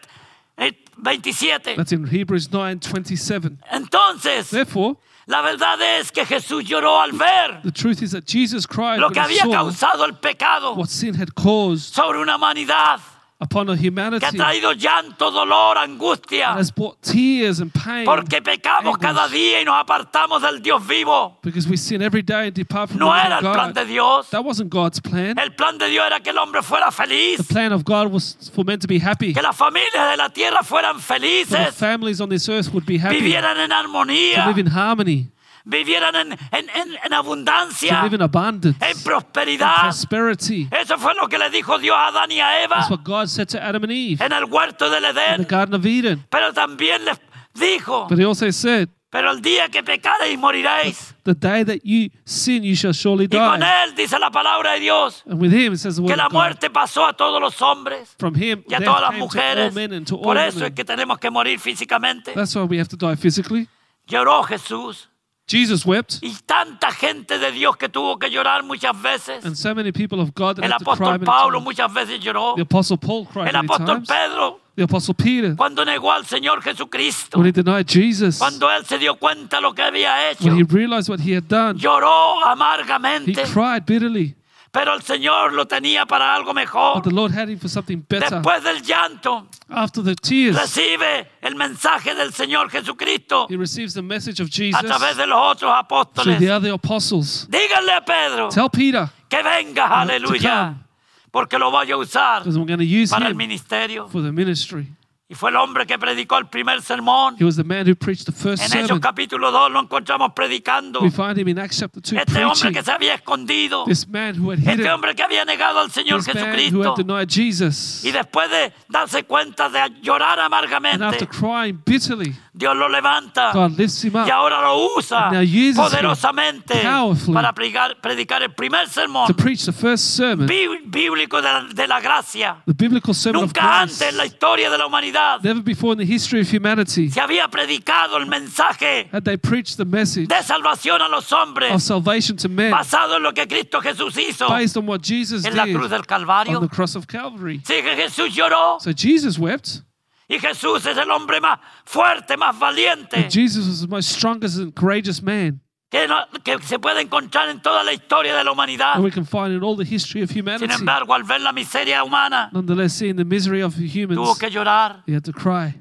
S2: eh, 27.
S3: That's in Hebrews 9 27.
S2: Entonces,
S3: Therefore,
S2: la verdad es que Jesús lloró al ver
S3: the truth is that Jesus cried
S2: lo que
S3: when he
S2: había
S3: saw
S2: causado el pecado
S3: what sin had caused
S2: sobre una humanidad
S3: upon a
S2: que ha
S3: humanity that
S2: traído llanto, dolor, angustia,
S3: has brought tears and pain
S2: porque pecamos
S3: Angustia.
S2: cada día y nos apartamos del Dios vivo.
S3: because we sin every day and depart from the
S2: No
S3: living
S2: era el plan
S3: God.
S2: de Dios.
S3: That wasn't God's plan.
S2: El plan de Dios era que el hombre fuera feliz,
S3: The plan of God was for men to be happy,
S2: que las familias de la tierra fueran
S3: that the
S2: felices,
S3: families on this earth would be happy, to
S2: vivieran en armonía,
S3: live in harmony,
S2: vivieran en, en- en- en
S3: to
S2: abundancia,
S3: live in abundance,
S2: en
S3: in
S2: prosperidad.
S3: prosperity.
S2: Eso fue lo que le dijo Dios a Adán y a Eva
S3: That's what God said to Adam and Eve
S2: en el huerto del
S3: in the
S2: Edén.
S3: Garden of Eden.
S2: Pero también les dijo,
S3: But he also said,
S2: pero el día que pecareis moriréis.
S3: The day that you sin, you shall surely
S2: Y con
S3: die.
S2: él dice la palabra de Dios
S3: And with him, it says the
S2: que
S3: word
S2: la
S3: of God.
S2: muerte pasó a todos los hombres
S3: From him,
S2: y a
S3: death
S2: todas las
S3: came to all
S2: mujeres.
S3: men and to all
S2: Por eso es
S3: women.
S2: que tenemos que morir físicamente.
S3: That's why we have to die physically.
S2: Lloró Jesús.
S3: Jesus wept,
S2: Y tanta gente de Dios que tuvo que llorar muchas
S3: and
S2: veces.
S3: so many people of God that
S2: El
S3: had to cry
S2: apóstol
S3: many
S2: Pablo
S3: times.
S2: muchas veces lloró.
S3: The Apostle Paul cried
S2: El
S3: many
S2: apóstol
S3: times.
S2: Pedro
S3: The Apostle Peter,
S2: cuando negó al Señor Jesucristo.
S3: when he denied Jesus,
S2: Cuando él se dio cuenta lo que había hecho,
S3: when he realized what he had done,
S2: lloró
S3: he
S2: amargamente,
S3: cried bitterly.
S2: pero el Señor lo tenía para algo mejor.
S3: But the Lord had him for something better.
S2: Después del llanto,
S3: After the tears,
S2: recibe el mensaje del Señor Jesucristo
S3: he receives the message of
S2: a través
S3: Jesus
S2: de los otros
S3: through
S2: apóstoles.
S3: the other apostles.
S2: Díganle a Pedro
S3: Tell Peter,
S2: que venga, aleluya,
S3: come.
S2: porque lo voy a usar
S3: because I'm going to use
S2: para el
S3: him
S2: ministerio.
S3: for the ministry.
S2: Y fue el hombre que predicó el primer sermón.
S3: He was the man who preached the first
S2: En Hechos
S3: sermon.
S2: capítulo 2 lo encontramos predicando.
S3: We find him in Acts chapter 2
S2: Este hombre
S3: preaching.
S2: que se había escondido.
S3: This man who had
S2: Este
S3: hidden,
S2: hombre que había negado al Señor
S3: this man who
S2: Jesucristo
S3: had denied Jesus.
S2: y después de darse cuenta de llorar
S3: And after
S2: amargamente,
S3: crying bitterly,
S2: Dios lo levanta
S3: God lifts him
S2: y
S3: up
S2: ahora lo usa
S3: And now uses
S2: poderosamente
S3: him powerfully
S2: para pregar- predicar el primer sermón
S3: to preach the first sermon,
S2: bí- bíblico de la, de la gracia.
S3: the biblical sermon of
S2: Nunca antes
S3: grace.
S2: en la historia de la humanidad
S3: Never before in the history of humanity
S2: se había predicado el mensaje
S3: had they preached the message
S2: de salvación a los
S3: of
S2: hombres
S3: salvation to men
S2: basado en lo que Cristo Jesús hizo
S3: based on what Jesus
S2: en
S3: did
S2: la cruz
S3: on
S2: del Calvario.
S3: the cross of Calvary.
S2: Sí, que Jesús lloró
S3: So Jesus wept.
S2: y Jesús es el hombre más fuerte, más valiente.
S3: Jesus was the most strongest and courageous man
S2: que, no- que se puede encontrar en toda la historia de la humanidad.
S3: that we can find in all the history of
S2: Ah. Sin
S3: humanity.
S2: embargo, al ver la miseria humana,
S3: Nonetheless, seeing the misery of
S2: tuvo
S3: humans,
S2: que llorar,
S3: he had to cry.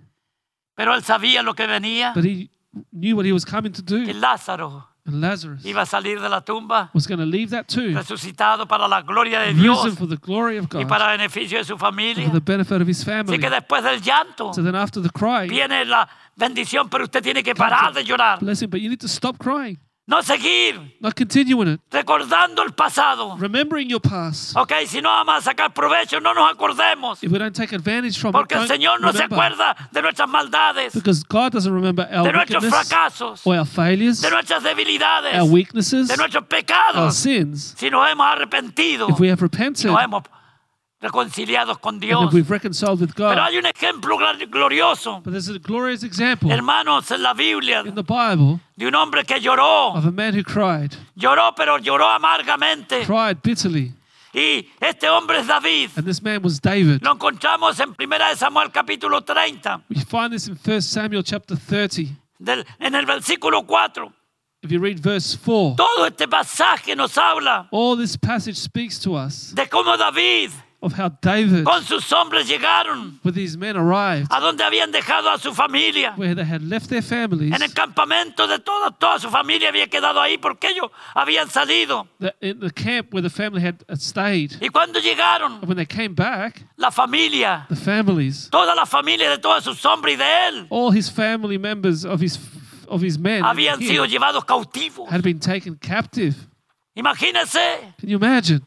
S2: pero él sabía lo que venía.
S3: pues But he knew what he was coming to
S2: Que
S3: do.
S2: Lázaro
S3: And Lazarus
S2: iba a salir de la tumba
S3: was going to leave that tomb,
S2: resucitado para la gloria de
S3: risen
S2: Dios
S3: for the glory of
S2: y
S3: God,
S2: para beneficio de su
S3: for
S2: familia.
S3: the benefit of his
S2: Así
S3: family.
S2: que después del llanto
S3: So then after the crying,
S2: viene la bendición, pero usted tiene que parar de llorar,
S3: blessing, but you need to stop crying,
S2: no seguir
S3: not continuing it,
S2: recordando el pasado.
S3: remembering your past.
S2: Ok, si no vamos a sacar provecho, no nos acordemos,
S3: If we don't take advantage from it,
S2: porque el
S3: don't
S2: Señor no se
S3: remember.
S2: acuerda de nuestras maldades, de
S3: Because God doesn't remember our
S2: nuestros
S3: wickedness
S2: fracasos,
S3: or our failures,
S2: de nuestras debilidades,
S3: our weaknesses,
S2: de nuestros
S3: our
S2: pecados.
S3: sins.
S2: Si nos hemos arrepentido,
S3: If we have repented
S2: nos
S3: and
S2: hemos reconciliado con Dios.
S3: if we've reconciled with
S2: Pero
S3: God,
S2: hay un ejemplo gl- glorioso,
S3: but there's a glorious example
S2: hermanos, en la Biblia
S3: in the Bible
S2: de un hombre que lloró,
S3: of a man who cried,
S2: lloró, pero lloró amargamente.
S3: cried bitterly.
S2: Y este hombre es David.
S3: And this man was David.
S2: Lo encontramos en 1 Samuel capítulo 30,
S3: We find this in 1 Samuel chapter 30.
S2: del- en el versículo 4.
S3: If you read verse 4,
S2: Todo este pasaje nos habla
S3: all this passage speaks to us
S2: de cómo David
S3: of how David,
S2: con sus hombres llegaron
S3: with these men, arrived
S2: a donde habían dejado a su familia.
S3: where they had left their families.
S2: En el campamento de toda, toda su familia había quedado ahí porque ellos habían salido.
S3: the- In the camp where the family had had stayed.
S2: Y cuando llegaron,
S3: And when they came back,
S2: la familia,
S3: the families,
S2: toda la familia de todos sus hombres y de él,
S3: all his family members of his of his men
S2: habían
S3: here
S2: sido llevados cautivos.
S3: had been taken captive.
S2: Imagínense
S3: Can you imagine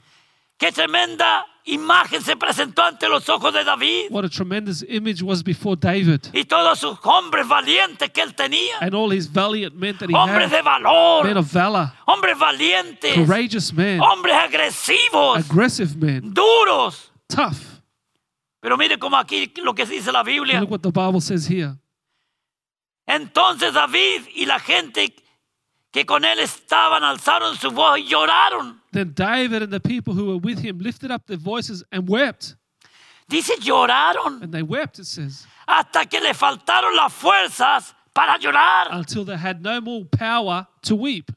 S2: qué tremenda imagen se presentó ante los ojos de David
S3: what a tremendous image was before David
S2: y todos sus hombres valientes que él tenía.
S3: and all his valiant men that he
S2: Hombres
S3: had,
S2: de
S3: men
S2: valor,
S3: of valor,
S2: hombres valientes,
S3: courageous men,
S2: hombres agresivos,
S3: aggressive men,
S2: duros.
S3: tough.
S2: Pero mire cómo aquí lo que dice la Biblia.
S3: Look what the Bible says here.
S2: Entonces David y la gente que con él estaban alzaron su voz y lloraron.
S3: Then David and the people who were with him lifted up their voices and wept,
S2: Dice lloraron
S3: and they wept. It says
S2: hasta que le faltaron las fuerzas para llorar.
S3: until they had no more power to weep.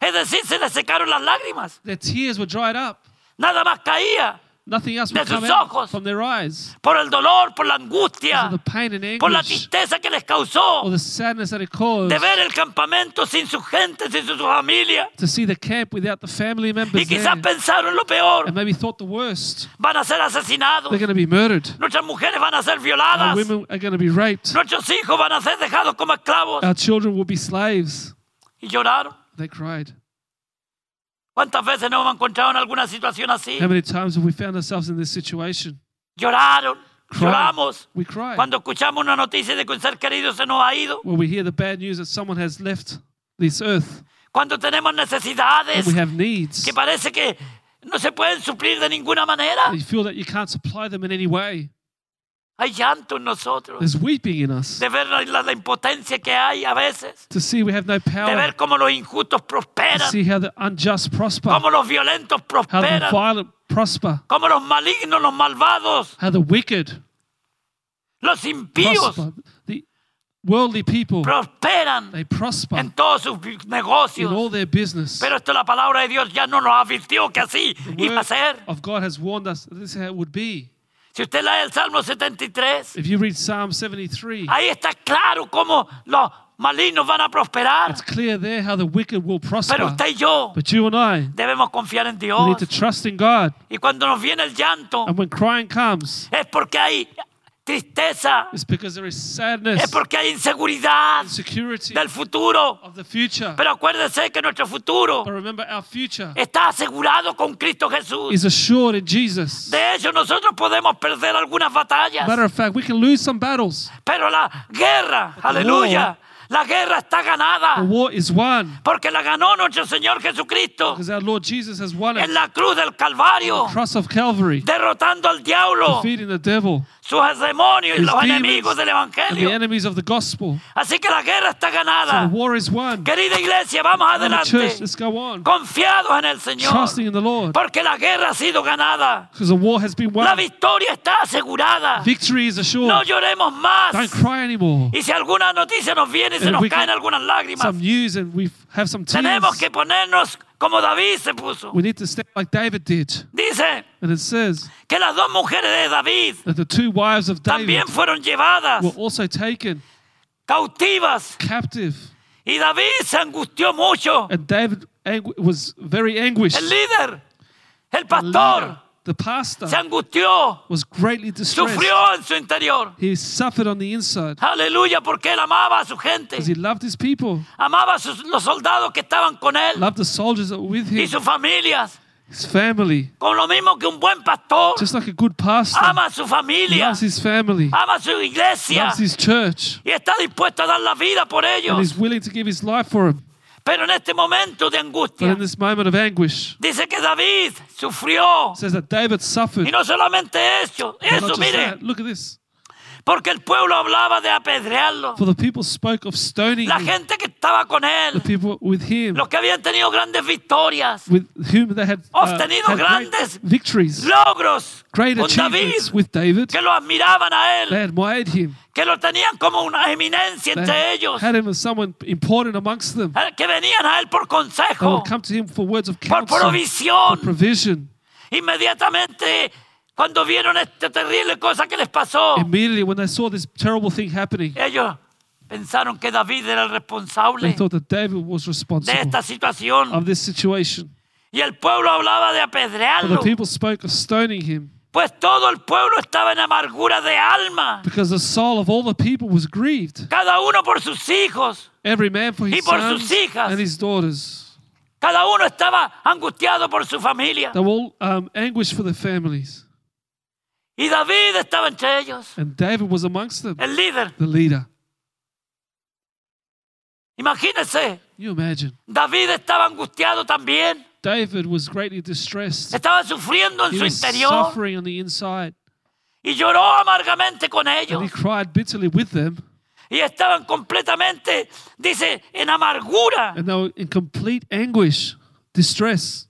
S2: Es decir, se le secaron las lágrimas.
S3: Their tears were dried up.
S2: Nada más caía
S3: Nothing else
S2: De
S3: would
S2: sus
S3: come out
S2: ojos.
S3: from their eyes.
S2: por el dolor, por la
S3: Because
S2: angustia,
S3: of the pain and
S2: por la
S3: anguish
S2: tristeza que les
S3: or
S2: causó
S3: the sadness that it caused
S2: de ver el campamento sin su gente, sin su familia.
S3: to see the camp without the family
S2: Y
S3: members there,
S2: quizás pensaron lo peor.
S3: and maybe thought the worst.
S2: Van a ser asesinados.
S3: They're going to be murdered.
S2: Nuestras mujeres van a ser
S3: Our
S2: violadas.
S3: women are going to be raped.
S2: Nuestros hijos van a ser dejados como esclavos.
S3: Our children will be slaves.
S2: Y lloraron.
S3: They cried.
S2: ¿Cuántas veces nos hemos encontrado en alguna situación así?
S3: How many times have we found ourselves in this situation?
S2: Lloraron,
S3: Cry.
S2: lloramos.
S3: We cry
S2: Cuando escuchamos una noticia de que un ser querido se nos ha ido,
S3: when we hear the bad news that someone has left this earth,
S2: cuando tenemos
S3: and
S2: necesidades
S3: we have needs.
S2: que parece que no se pueden suplir de ninguna manera,
S3: and You feel that you can't supply them in any way.
S2: hay llanto en nosotros
S3: There's weeping in us
S2: de ver la, la impotencia que hay a veces,
S3: to see we have no
S2: de
S3: power.
S2: ver cómo los injustos
S3: To
S2: prosperan,
S3: see how the unjust prosper,
S2: cómo los violentos
S3: how the
S2: prosperan,
S3: violent prosper,
S2: cómo los malignos, los malvados,
S3: how the wicked
S2: los impíos
S3: prosper. The worldly people
S2: prosperan
S3: they prosper
S2: en todos sus vi-
S3: in
S2: negocios.
S3: all their business.
S2: Pero esto la palabra de Dios ya no nos advirtió que así
S3: The
S2: iba a
S3: word
S2: ser.
S3: of God has warned us that this is how it would be.
S2: Si usted lee el Salmo 73,
S3: If you read Psalm 73,
S2: ahí está claro cómo los malignos van a prosperar.
S3: it's clear there how the wicked will
S2: Pero
S3: prosper.
S2: usted y yo
S3: But you and I
S2: debemos confiar en
S3: we
S2: Dios.
S3: need to trust in God.
S2: Y cuando nos viene el llanto,
S3: And when crying comes,
S2: es porque hay tristeza,
S3: it's because there is
S2: es
S3: sadness,
S2: porque hay inseguridad
S3: security
S2: del futuro.
S3: of the future.
S2: Pero acuérdese que nuestro futuro
S3: But remember, our future
S2: está asegurado con Cristo Jesús.
S3: is assured in Jesus.
S2: De hecho, nosotros podemos perder algunas batallas.
S3: Matter of fact, we can lose some battles.
S2: Pero la guerra, aleluya, la guerra está
S3: The
S2: ganada
S3: war is won
S2: porque la ganó nuestro Señor Jesucristo
S3: because our Lord Jesus has won it.
S2: en la cruz del Calvario,
S3: Cross of Calvary,
S2: derrotando al diablo,
S3: defeating the devil
S2: sus demonios y
S3: His
S2: los
S3: demons
S2: enemigos del
S3: and the
S2: Evangelio.
S3: enemies of the gospel.
S2: Así que la guerra está
S3: The
S2: ganada.
S3: war is won.
S2: Querida iglesia, vamos
S3: Come on,
S2: adelante,
S3: church, let's go on.
S2: confiados en el Señor,
S3: Trusting in the Lord
S2: porque la guerra ha sido ganada,
S3: because the war has been
S2: la
S3: won.
S2: victoria está asegurada.
S3: Victory is
S2: No
S3: assured.
S2: lloremos más.
S3: Don't cry anymore.
S2: Y si alguna noticia nos viene y se
S3: And
S2: nos
S3: we can-
S2: caen algunas lágrimas,
S3: Some news and we have some tears.
S2: Tenemos que ponernos como David se puso.
S3: We need to step like David did.
S2: Dice
S3: And it says
S2: que las dos mujeres de David
S3: that the two wives of David
S2: también fueron llevadas
S3: were also taken
S2: cautivas
S3: captive
S2: Y David se angustió mucho.
S3: And David angu- was very anguished.
S2: El líder, el
S3: The leader,
S2: pastor,
S3: the pastor
S2: se angustió,
S3: was greatly distressed.
S2: sufrió en su interior.
S3: He suffered on the inside
S2: Aleluya, porque él amaba a su gente,
S3: because he loved his people,
S2: amaba a sus- los soldados que estaban con él
S3: loved the soldiers that were with
S2: y
S3: him,
S2: sus familias.
S3: his family.
S2: Con lo mismo que un buen pastor
S3: Just like a good pastor,
S2: ama a su familia,
S3: loves his family,
S2: ama a su iglesia
S3: loves his church,
S2: y está dispuesto a dar la vida por
S3: and
S2: ellos.
S3: is willing to give his life for him.
S2: Pero en este momento de
S3: But
S2: angustia,
S3: in this moment of anguish,
S2: dice que David sufrió.
S3: it says that David suffered.
S2: Y no solamente eso,
S3: But not
S2: eso,
S3: just
S2: mire,
S3: that, Look at this.
S2: porque el pueblo hablaba de apedrearlo.
S3: For the people spoke of stoning
S2: La
S3: him.
S2: gente que estaba con
S3: the
S2: él,
S3: people with him,
S2: los que habían tenido grandes victorias,
S3: with whom they had, uh,
S2: Obtenido
S3: had great
S2: grandes
S3: victories,
S2: logros
S3: great
S2: con David,
S3: achievements with David.
S2: que lo admiraban a
S3: They
S2: él,
S3: admired him.
S2: que lo tenían como una eminencia
S3: They
S2: entre ellos,
S3: had him as someone important amongst them.
S2: eh, que venían a él por
S3: They
S2: consejo,
S3: would come to him for words of
S2: por
S3: counsel,
S2: provisión.
S3: provision.
S2: Inmediatamente, cuando vieron esta terrible cosa que les pasó,
S3: Immediately when they saw this terrible thing happening,
S2: ellos pensaron que David era el
S3: they
S2: responsable
S3: thought that David was
S2: de
S3: responsible
S2: esta situación.
S3: of this situation.
S2: Y el pueblo hablaba de
S3: But the
S2: apedrearlo.
S3: people spoke of stoning him
S2: Pues todo el pueblo estaba en amargura de alma.
S3: because the soul of all the people was grieved,
S2: Cada uno por sus hijos.
S3: every man for
S2: Y
S3: his
S2: por sus
S3: sons
S2: hijas.
S3: and his daughters.
S2: Cada uno estaba angustiado por su familia.
S3: They were all um, anguished for their families.
S2: Y David estaba entre ellos.
S3: And David was amongst them,
S2: El líder.
S3: the leader.
S2: Imagínense.
S3: Can you imagine?
S2: David estaba angustiado también.
S3: David was greatly distressed.
S2: Estaba sufriendo en
S3: He
S2: su
S3: was
S2: interior.
S3: suffering on the inside.
S2: Y lloró amargamente con
S3: And he
S2: ellos.
S3: cried bitterly with them.
S2: Y estaban completamente, dice, en amargura.
S3: And they were in complete anguish, distress.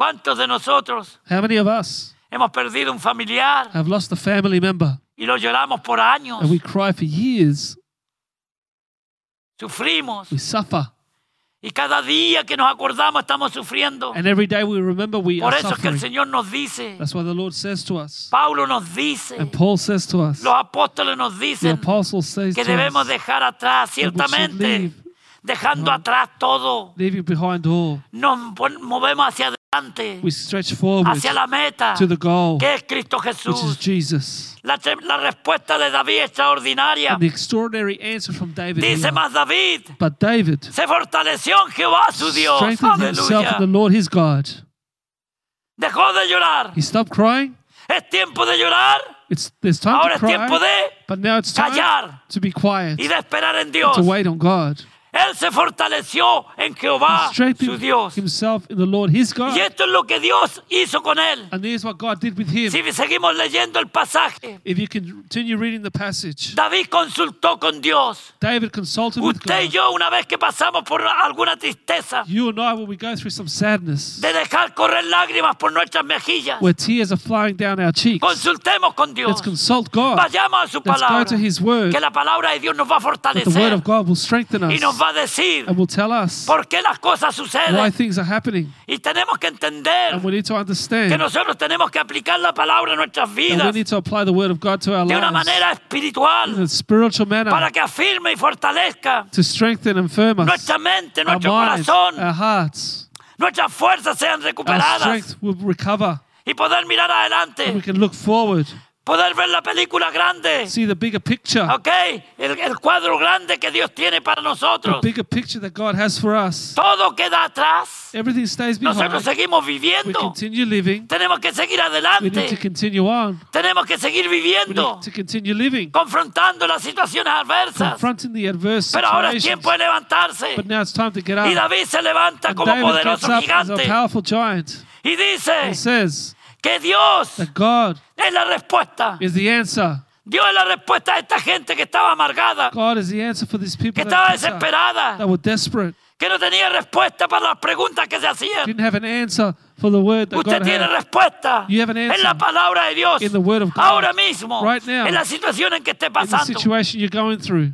S2: ¿Cuántos de nosotros
S3: How many of us
S2: hemos perdido un familiar
S3: have lost a family member
S2: y lo lloramos por años?
S3: and we cry for years?
S2: Sufrimos.
S3: We suffer.
S2: Y cada día que nos acordamos estamos sufriendo.
S3: And every day we remember we
S2: Por
S3: are
S2: eso es que el
S3: suffering.
S2: Señor nos dice,
S3: That's why the Lord says to us,
S2: Pablo nos dice,
S3: and Paul says to us,
S2: los apóstoles nos
S3: the
S2: dicen
S3: apostle says
S2: que
S3: to
S2: debemos
S3: us,
S2: dejar atrás,
S3: we should
S2: ciertamente,
S3: leave.
S2: dejando atrás todo.
S3: leaving behind all,
S2: Nos pon- movemos hacia adelante,
S3: we stretch forward
S2: hacia la meta,
S3: to the goal,
S2: que es Cristo
S3: which is
S2: Jesús.
S3: Jesus.
S2: La, tre- la respuesta de David extraordinaria.
S3: And the extraordinary answer from David
S2: Dice
S3: here.
S2: más David,
S3: But David
S2: se fortaleció en Jehová su Dios.
S3: strengthened himself
S2: Aleluya.
S3: in the Lord his God.
S2: Dejó de llorar.
S3: He stopped crying.
S2: Es tiempo de llorar.
S3: It's there's time
S2: Ahora
S3: to
S2: es tiempo
S3: cry,
S2: de
S3: but now it's time
S2: callar.
S3: to be quiet,
S2: y de esperar en Dios.
S3: to wait on God.
S2: Él se fortaleció en
S3: He
S2: Jehová, su
S3: strengthened
S2: Dios.
S3: himself in the Lord his God.
S2: Y esto es lo que Dios hizo con él.
S3: And here's what God did with him.
S2: Si seguimos leyendo el pasaje,
S3: If you continue reading the passage,
S2: David consultó con Dios.
S3: David consulted with
S2: Usted y
S3: God.
S2: yo, una vez que pasamos por alguna tristeza,
S3: You and I, when we go through some sadness,
S2: de dejar correr lágrimas por nuestras mejillas,
S3: where tears are flying down our cheeks,
S2: consultemos con Dios.
S3: Pues, let's consult God.
S2: Vayamos a su
S3: Let's go
S2: palabra.
S3: to his word.
S2: Que la palabra de Dios nos va a
S3: That the word
S2: fortalecer
S3: of God will strengthen
S2: y
S3: us
S2: nos va a decir
S3: and will tell us
S2: por qué las cosas
S3: why
S2: suceden.
S3: things are happening.
S2: Y tenemos que entender
S3: And we need to
S2: que
S3: understand
S2: nosotros tenemos que aplicar la palabra en nuestras
S3: And we
S2: vidas
S3: need to apply the word of God to our
S2: de una
S3: lives
S2: manera
S3: in
S2: espiritual
S3: a spiritual manner
S2: para que afirme y fortalezca
S3: to strengthen and firm us,
S2: nuestra mente,
S3: our
S2: nuestro
S3: minds,
S2: corazón,
S3: our hearts,
S2: nuestras fuerzas sean
S3: our
S2: recuperadas
S3: strength will recover.
S2: y poder mirar
S3: We
S2: adelante,
S3: can look forward,
S2: poder ver la película grande,
S3: see the bigger picture,
S2: ¿ok? El, el cuadro grande que Dios tiene para
S3: the
S2: nosotros.
S3: bigger picture that God has for us.
S2: Todo queda atrás.
S3: Everything stays
S2: Nosotros
S3: behind.
S2: seguimos
S3: We
S2: viviendo.
S3: continue living.
S2: Tenemos que seguir
S3: We need to
S2: adelante.
S3: continue on.
S2: Tenemos que seguir
S3: We
S2: viviendo,
S3: need to continue living,
S2: confrontando las situaciones adversas.
S3: confronting the adverse
S2: Pero ahora es
S3: situations.
S2: tiempo de levantarse.
S3: But now it's time to get up.
S2: Y David se levanta
S3: And
S2: como
S3: David gets
S2: poderoso
S3: up as a
S2: gigante
S3: powerful giant
S2: y
S3: and
S2: dice
S3: says
S2: que Dios
S3: that God
S2: es la respuesta.
S3: is the answer.
S2: Dios es la respuesta a esta gente que estaba amargada,
S3: God is the answer for these
S2: que
S3: people
S2: estaba
S3: that, bitter,
S2: desesperada,
S3: that were desperate,
S2: que no tenía respuesta para las preguntas que se hacían.
S3: didn't have an answer for the word that
S2: Usted
S3: God
S2: tiene
S3: had.
S2: respuesta
S3: You have an
S2: en la
S3: answer
S2: palabra de Dios
S3: in the word of God
S2: ahora mismo,
S3: right now,
S2: en la situación en que esté
S3: In the
S2: pasando.
S3: situation you're going through,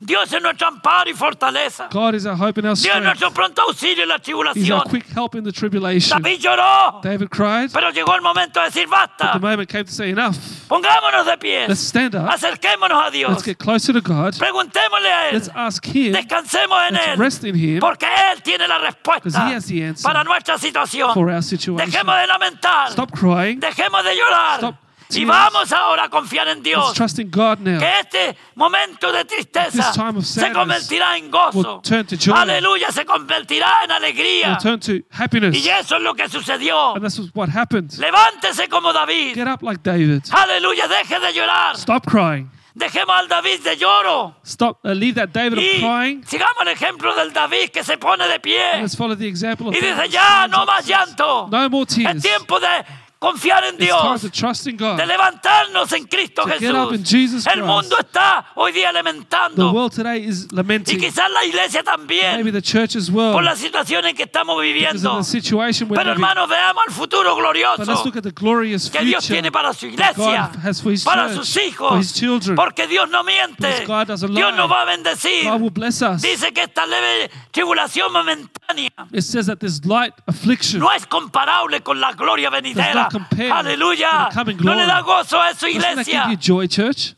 S2: Dios es nuestro amparo y fortaleza.
S3: God is our hope and our
S2: Dios es
S3: strength.
S2: nuestro pronto auxilio en la
S3: He's
S2: tribulación.
S3: our quick help in the tribulation.
S2: David lloró,
S3: David cried.
S2: pero llegó el momento de decir
S3: The
S2: basta.
S3: moment came to say, Enough.
S2: Pongámonos de pie.
S3: Let's stand up.
S2: Acerquémonos a Dios.
S3: Let's get closer to God.
S2: Preguntémosle a Él.
S3: Let's ask Him.
S2: Descansemos en
S3: Let's
S2: Él.
S3: rest in Him
S2: Porque Él tiene la respuesta
S3: Because he has the answer
S2: para nuestra situación.
S3: for our situation.
S2: Dejemos de lamentar.
S3: Stop crying.
S2: Dejemos de llorar.
S3: Stop
S2: Y
S3: tears.
S2: vamos ahora a confiar en
S3: Let's
S2: Dios.
S3: trust in God now.
S2: Que este momento de tristeza
S3: This time of
S2: se
S3: sadness
S2: convertirá en gozo.
S3: will turn to joy.
S2: Aleluya, se convertirá en alegría.
S3: We'll turn to happiness.
S2: Y eso es lo que sucedió.
S3: And this is what happened.
S2: Levántese como David.
S3: Get up like David.
S2: Aleluya, deje de llorar.
S3: Stop crying.
S2: Dejemos al David de lloro.
S3: Stop. Uh, leave that David of
S2: Y
S3: crying.
S2: sigamos el ejemplo del David que se pone de pie
S3: Let's follow the example of
S2: y dice,
S3: David.
S2: ya, no más llanto.
S3: No more
S2: Es
S3: tears.
S2: tiempo de confiar en
S3: It's time
S2: Dios,
S3: to trust in
S2: de
S3: God.
S2: levantarnos en Cristo
S3: To get up in
S2: Jesús.
S3: Jesus
S2: El mundo
S3: Christ.
S2: está hoy día
S3: The
S2: lamentando
S3: world today is
S2: y
S3: lamenting.
S2: quizás la iglesia
S3: Maybe
S2: también
S3: the church as well.
S2: por la situación en que estamos
S3: Because of
S2: viviendo.
S3: the situation we're
S2: Pero
S3: living.
S2: hermanos, veamos el futuro
S3: But let's
S2: glorioso
S3: look at the glorious
S2: que Dios
S3: future
S2: tiene para su iglesia,
S3: God has for his
S2: para
S3: church,
S2: sus
S3: for his
S2: hijos,
S3: children.
S2: porque Dios no miente,
S3: Because God doesn't
S2: Dios
S3: lie.
S2: nos va a bendecir.
S3: God will bless us.
S2: Dice que esta leve tribulación momentánea
S3: It says that this light affliction
S2: no es comparable con la gloria venidera.
S3: not compare
S2: Aleluya.
S3: with the coming
S2: No le
S3: glory.
S2: da gozo a su
S3: doesn't that give
S2: iglesia.
S3: you joy, church?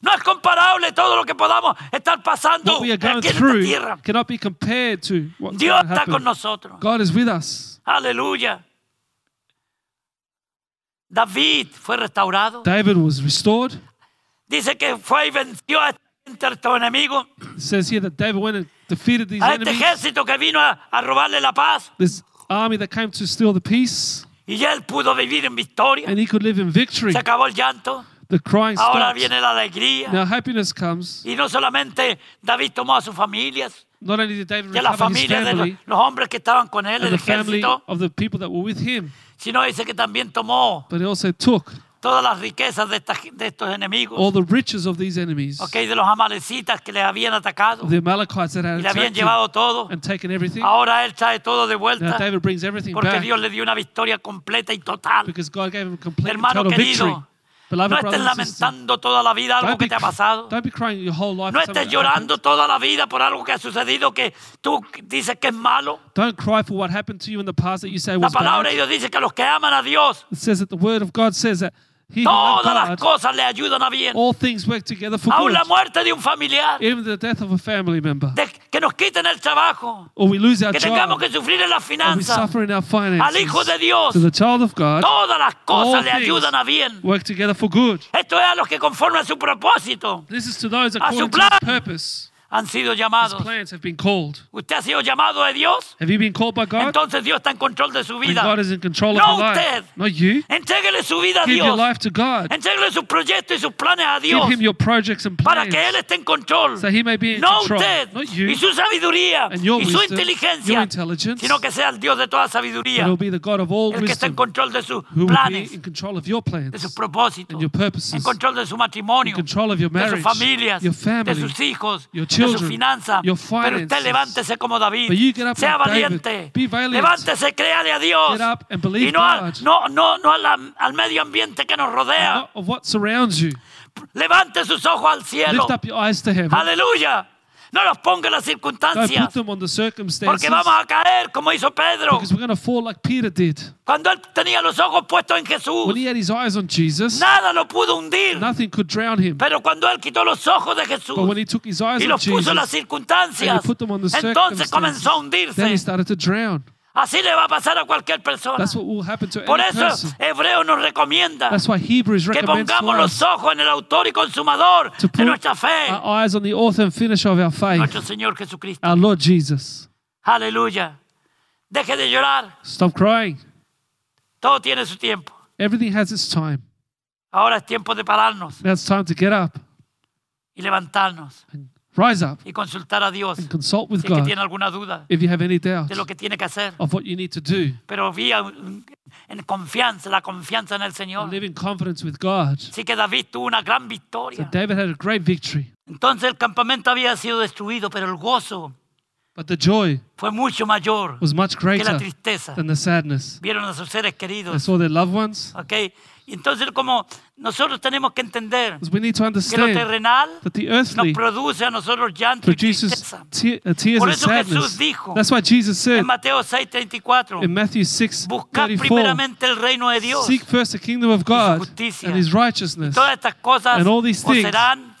S2: No es comparable todo lo que podamos estar pasando
S3: What we are going
S2: aquí en esta
S3: through
S2: tierra.
S3: cannot be compared to what
S2: Dios
S3: God
S2: está con
S3: happened.
S2: nosotros.
S3: God is with us.
S2: Aleluya. David fue restaurado.
S3: David was restored.
S2: Dice que fue y venció a este enemigo,
S3: It says here that David went and defeated these
S2: a este
S3: enemies.
S2: ejército que vino a, a robarle la paz.
S3: This army that came to steal the peace,
S2: Y ya él pudo vivir en victoria.
S3: and he could live in victory.
S2: Se acabó el llanto.
S3: The crying
S2: Ahora
S3: stopped.
S2: viene la alegría.
S3: Now happiness comes.
S2: Y no solamente David tomó a sus familias,
S3: Not only did David
S2: que la
S3: recover his
S2: familia de los,
S3: family
S2: los hombres que estaban con él,
S3: and
S2: el
S3: the family
S2: ejército,
S3: of the people that were with him,
S2: sino dice que también tomó
S3: but he also took
S2: todas las riquezas de, esta- de estos enemigos,
S3: all the riches of these enemies,
S2: ok, de los amalecitas que les habían atacado
S3: of the Amalekites that had
S2: y le habían
S3: attacked
S2: llevado
S3: him
S2: todo.
S3: and taken everything.
S2: Ahora él trae todo de
S3: Now
S2: vuelta
S3: David brings everything
S2: porque
S3: back
S2: Dios le dio una victoria completa y total.
S3: because God gave him complete and
S2: Hermano
S3: total victory.
S2: querido,
S3: Beloved
S2: No estés
S3: brothers and sisters,
S2: lamentando toda la vida algo
S3: don't
S2: que
S3: be,
S2: te ha pasado.
S3: don't be crying your whole life.
S2: No
S3: for something
S2: estés
S3: that happened.
S2: llorando toda la vida por algo que ha sucedido que tú dices que es malo.
S3: Don't cry for what happened to you in the past that you say
S2: La
S3: was
S2: palabra
S3: bad.
S2: de Dios dice que los que aman a Dios
S3: It says that the word of God says that he who loved
S2: Todas las Oh,
S3: God,
S2: cosas le ayudan a bien.
S3: all things work together for
S2: Aún
S3: good.
S2: la muerte de un familiar,
S3: Even the death of a family member,
S2: de- que nos quiten el trabajo,
S3: or we lose our
S2: que tengamos
S3: job,
S2: que sufrir en las
S3: or we
S2: finanzas.
S3: suffer in our
S2: Al Hijo de
S3: finances.
S2: Dios,
S3: To the child of God,
S2: todas las cosas
S3: all
S2: le
S3: things
S2: ayudan a bien.
S3: work together for good.
S2: Esto es a los que conforman su propósito
S3: This is to those
S2: su
S3: according to his
S2: plan.
S3: purpose.
S2: han sido
S3: His
S2: llamados.
S3: plans have been called.
S2: ¿Usted ha sido llamado de Dios?
S3: Have you been called by God?
S2: Entonces Dios está en control de su
S3: Then
S2: vida.
S3: God is in control of
S2: No
S3: your
S2: usted.
S3: life. Not you.
S2: Entréguele su vida a
S3: Give
S2: Dios.
S3: your life to God.
S2: Entréguele sus proyectos y sus planes a
S3: Give
S2: Dios
S3: him your projects and
S2: para que
S3: plans.
S2: Él esté en control.
S3: So he may be in
S2: No
S3: control.
S2: usted
S3: Not you.
S2: y su sabiduría
S3: and your
S2: y su
S3: wisdom, your
S2: inteligencia,
S3: intelligence,
S2: sino que sea el Dios de toda
S3: But
S2: sabiduría,
S3: he'll be the God of all
S2: el que está en
S3: wisdom.
S2: control de sus
S3: Who will be
S2: planes,
S3: in control of your
S2: de sus
S3: plans,
S2: propósitos,
S3: and your purposes,
S2: en control de su
S3: in
S2: matrimonio,
S3: control of your
S2: de sus
S3: marriage,
S2: familias,
S3: your
S2: de
S3: family.
S2: sus hijos,
S3: your
S2: de sus
S3: children,
S2: finanzas.
S3: your
S2: Pero usted
S3: finances.
S2: levántese como David,
S3: But you get up
S2: sea
S3: like David.
S2: valiente,
S3: Be valiant.
S2: levántese, créale a Dios
S3: Get up and believe
S2: y no, al-
S3: God.
S2: no, no, no al, al medio ambiente que nos rodea.
S3: Not of what surrounds you.
S2: Levante sus ojos al cielo.
S3: Lift up your eyes to heaven.
S2: Aleluya. No los ponga en las
S3: Don't
S2: circunstancias.
S3: put them on the circumstances
S2: Porque vamos a caer como hizo Pedro
S3: because we're going to fall like Peter did.
S2: cuando él tenía los ojos puestos en
S3: When
S2: Jesús.
S3: he had his eyes on Jesus,
S2: Nada lo pudo hundir.
S3: nothing could drown him.
S2: Pero cuando él quitó los ojos de Jesús
S3: But when he took his eyes
S2: y
S3: on
S2: los puso en las
S3: Jesus, and
S2: circunstancias,
S3: he put them on the
S2: entonces comenzó a
S3: circumstances, then he
S2: hundirse.
S3: started to drown.
S2: Así le va a pasar a cualquier persona.
S3: That's what will happen to
S2: Por
S3: any
S2: eso
S3: person.
S2: Hebreo nos recomienda
S3: That's why Hebrews
S2: que
S3: recommends
S2: pongamos
S3: for us
S2: los ojos en el autor y consumador
S3: to
S2: de
S3: put
S2: nuestra fe,
S3: our eyes on the author and finisher of our
S2: nuestro
S3: faith,
S2: Señor Jesucristo.
S3: our Lord Jesus.
S2: Aleluya. Deje de llorar.
S3: Stop crying.
S2: Todo tiene su tiempo.
S3: Everything has its time.
S2: Ahora es tiempo de pararnos
S3: Now it's time to get up
S2: y levantarnos
S3: and rise up
S2: y consultar a Dios
S3: and consult with
S2: si es que
S3: God
S2: tiene alguna duda
S3: if you have any doubt
S2: de lo que tiene que hacer.
S3: of what you need to do.
S2: Pero vía en confianza, la confianza en el Señor.
S3: And live in confidence with God.
S2: Así que David tuvo una gran victoria.
S3: David had a great victory,
S2: Entonces el campamento había sido destruido, pero el gozo
S3: But the joy
S2: fue mucho mayor
S3: was much
S2: que la
S3: greater
S2: tristeza.
S3: than the sadness.
S2: Vieron a sus seres
S3: They
S2: queridos.
S3: saw their loved ones.
S2: ¿ok? Y entonces, como nosotros tenemos que entender
S3: 'Cause we need to
S2: que lo
S3: understand
S2: terrenal
S3: that the
S2: nos
S3: earthly
S2: produce a nosotros llanto y
S3: produces
S2: tristeza.
S3: te- uh, tears
S2: Por
S3: and
S2: eso Jesús
S3: sadness.
S2: dijo
S3: That's why Jesus said
S2: En Mateo 6:34,
S3: in Matthew 6
S2: buscad
S3: 34,
S2: primeramente el reino de Dios.
S3: Seek first the kingdom of God
S2: justicia.
S3: and his righteousness
S2: Todas estas cosas
S3: And all these
S2: os
S3: things
S2: serán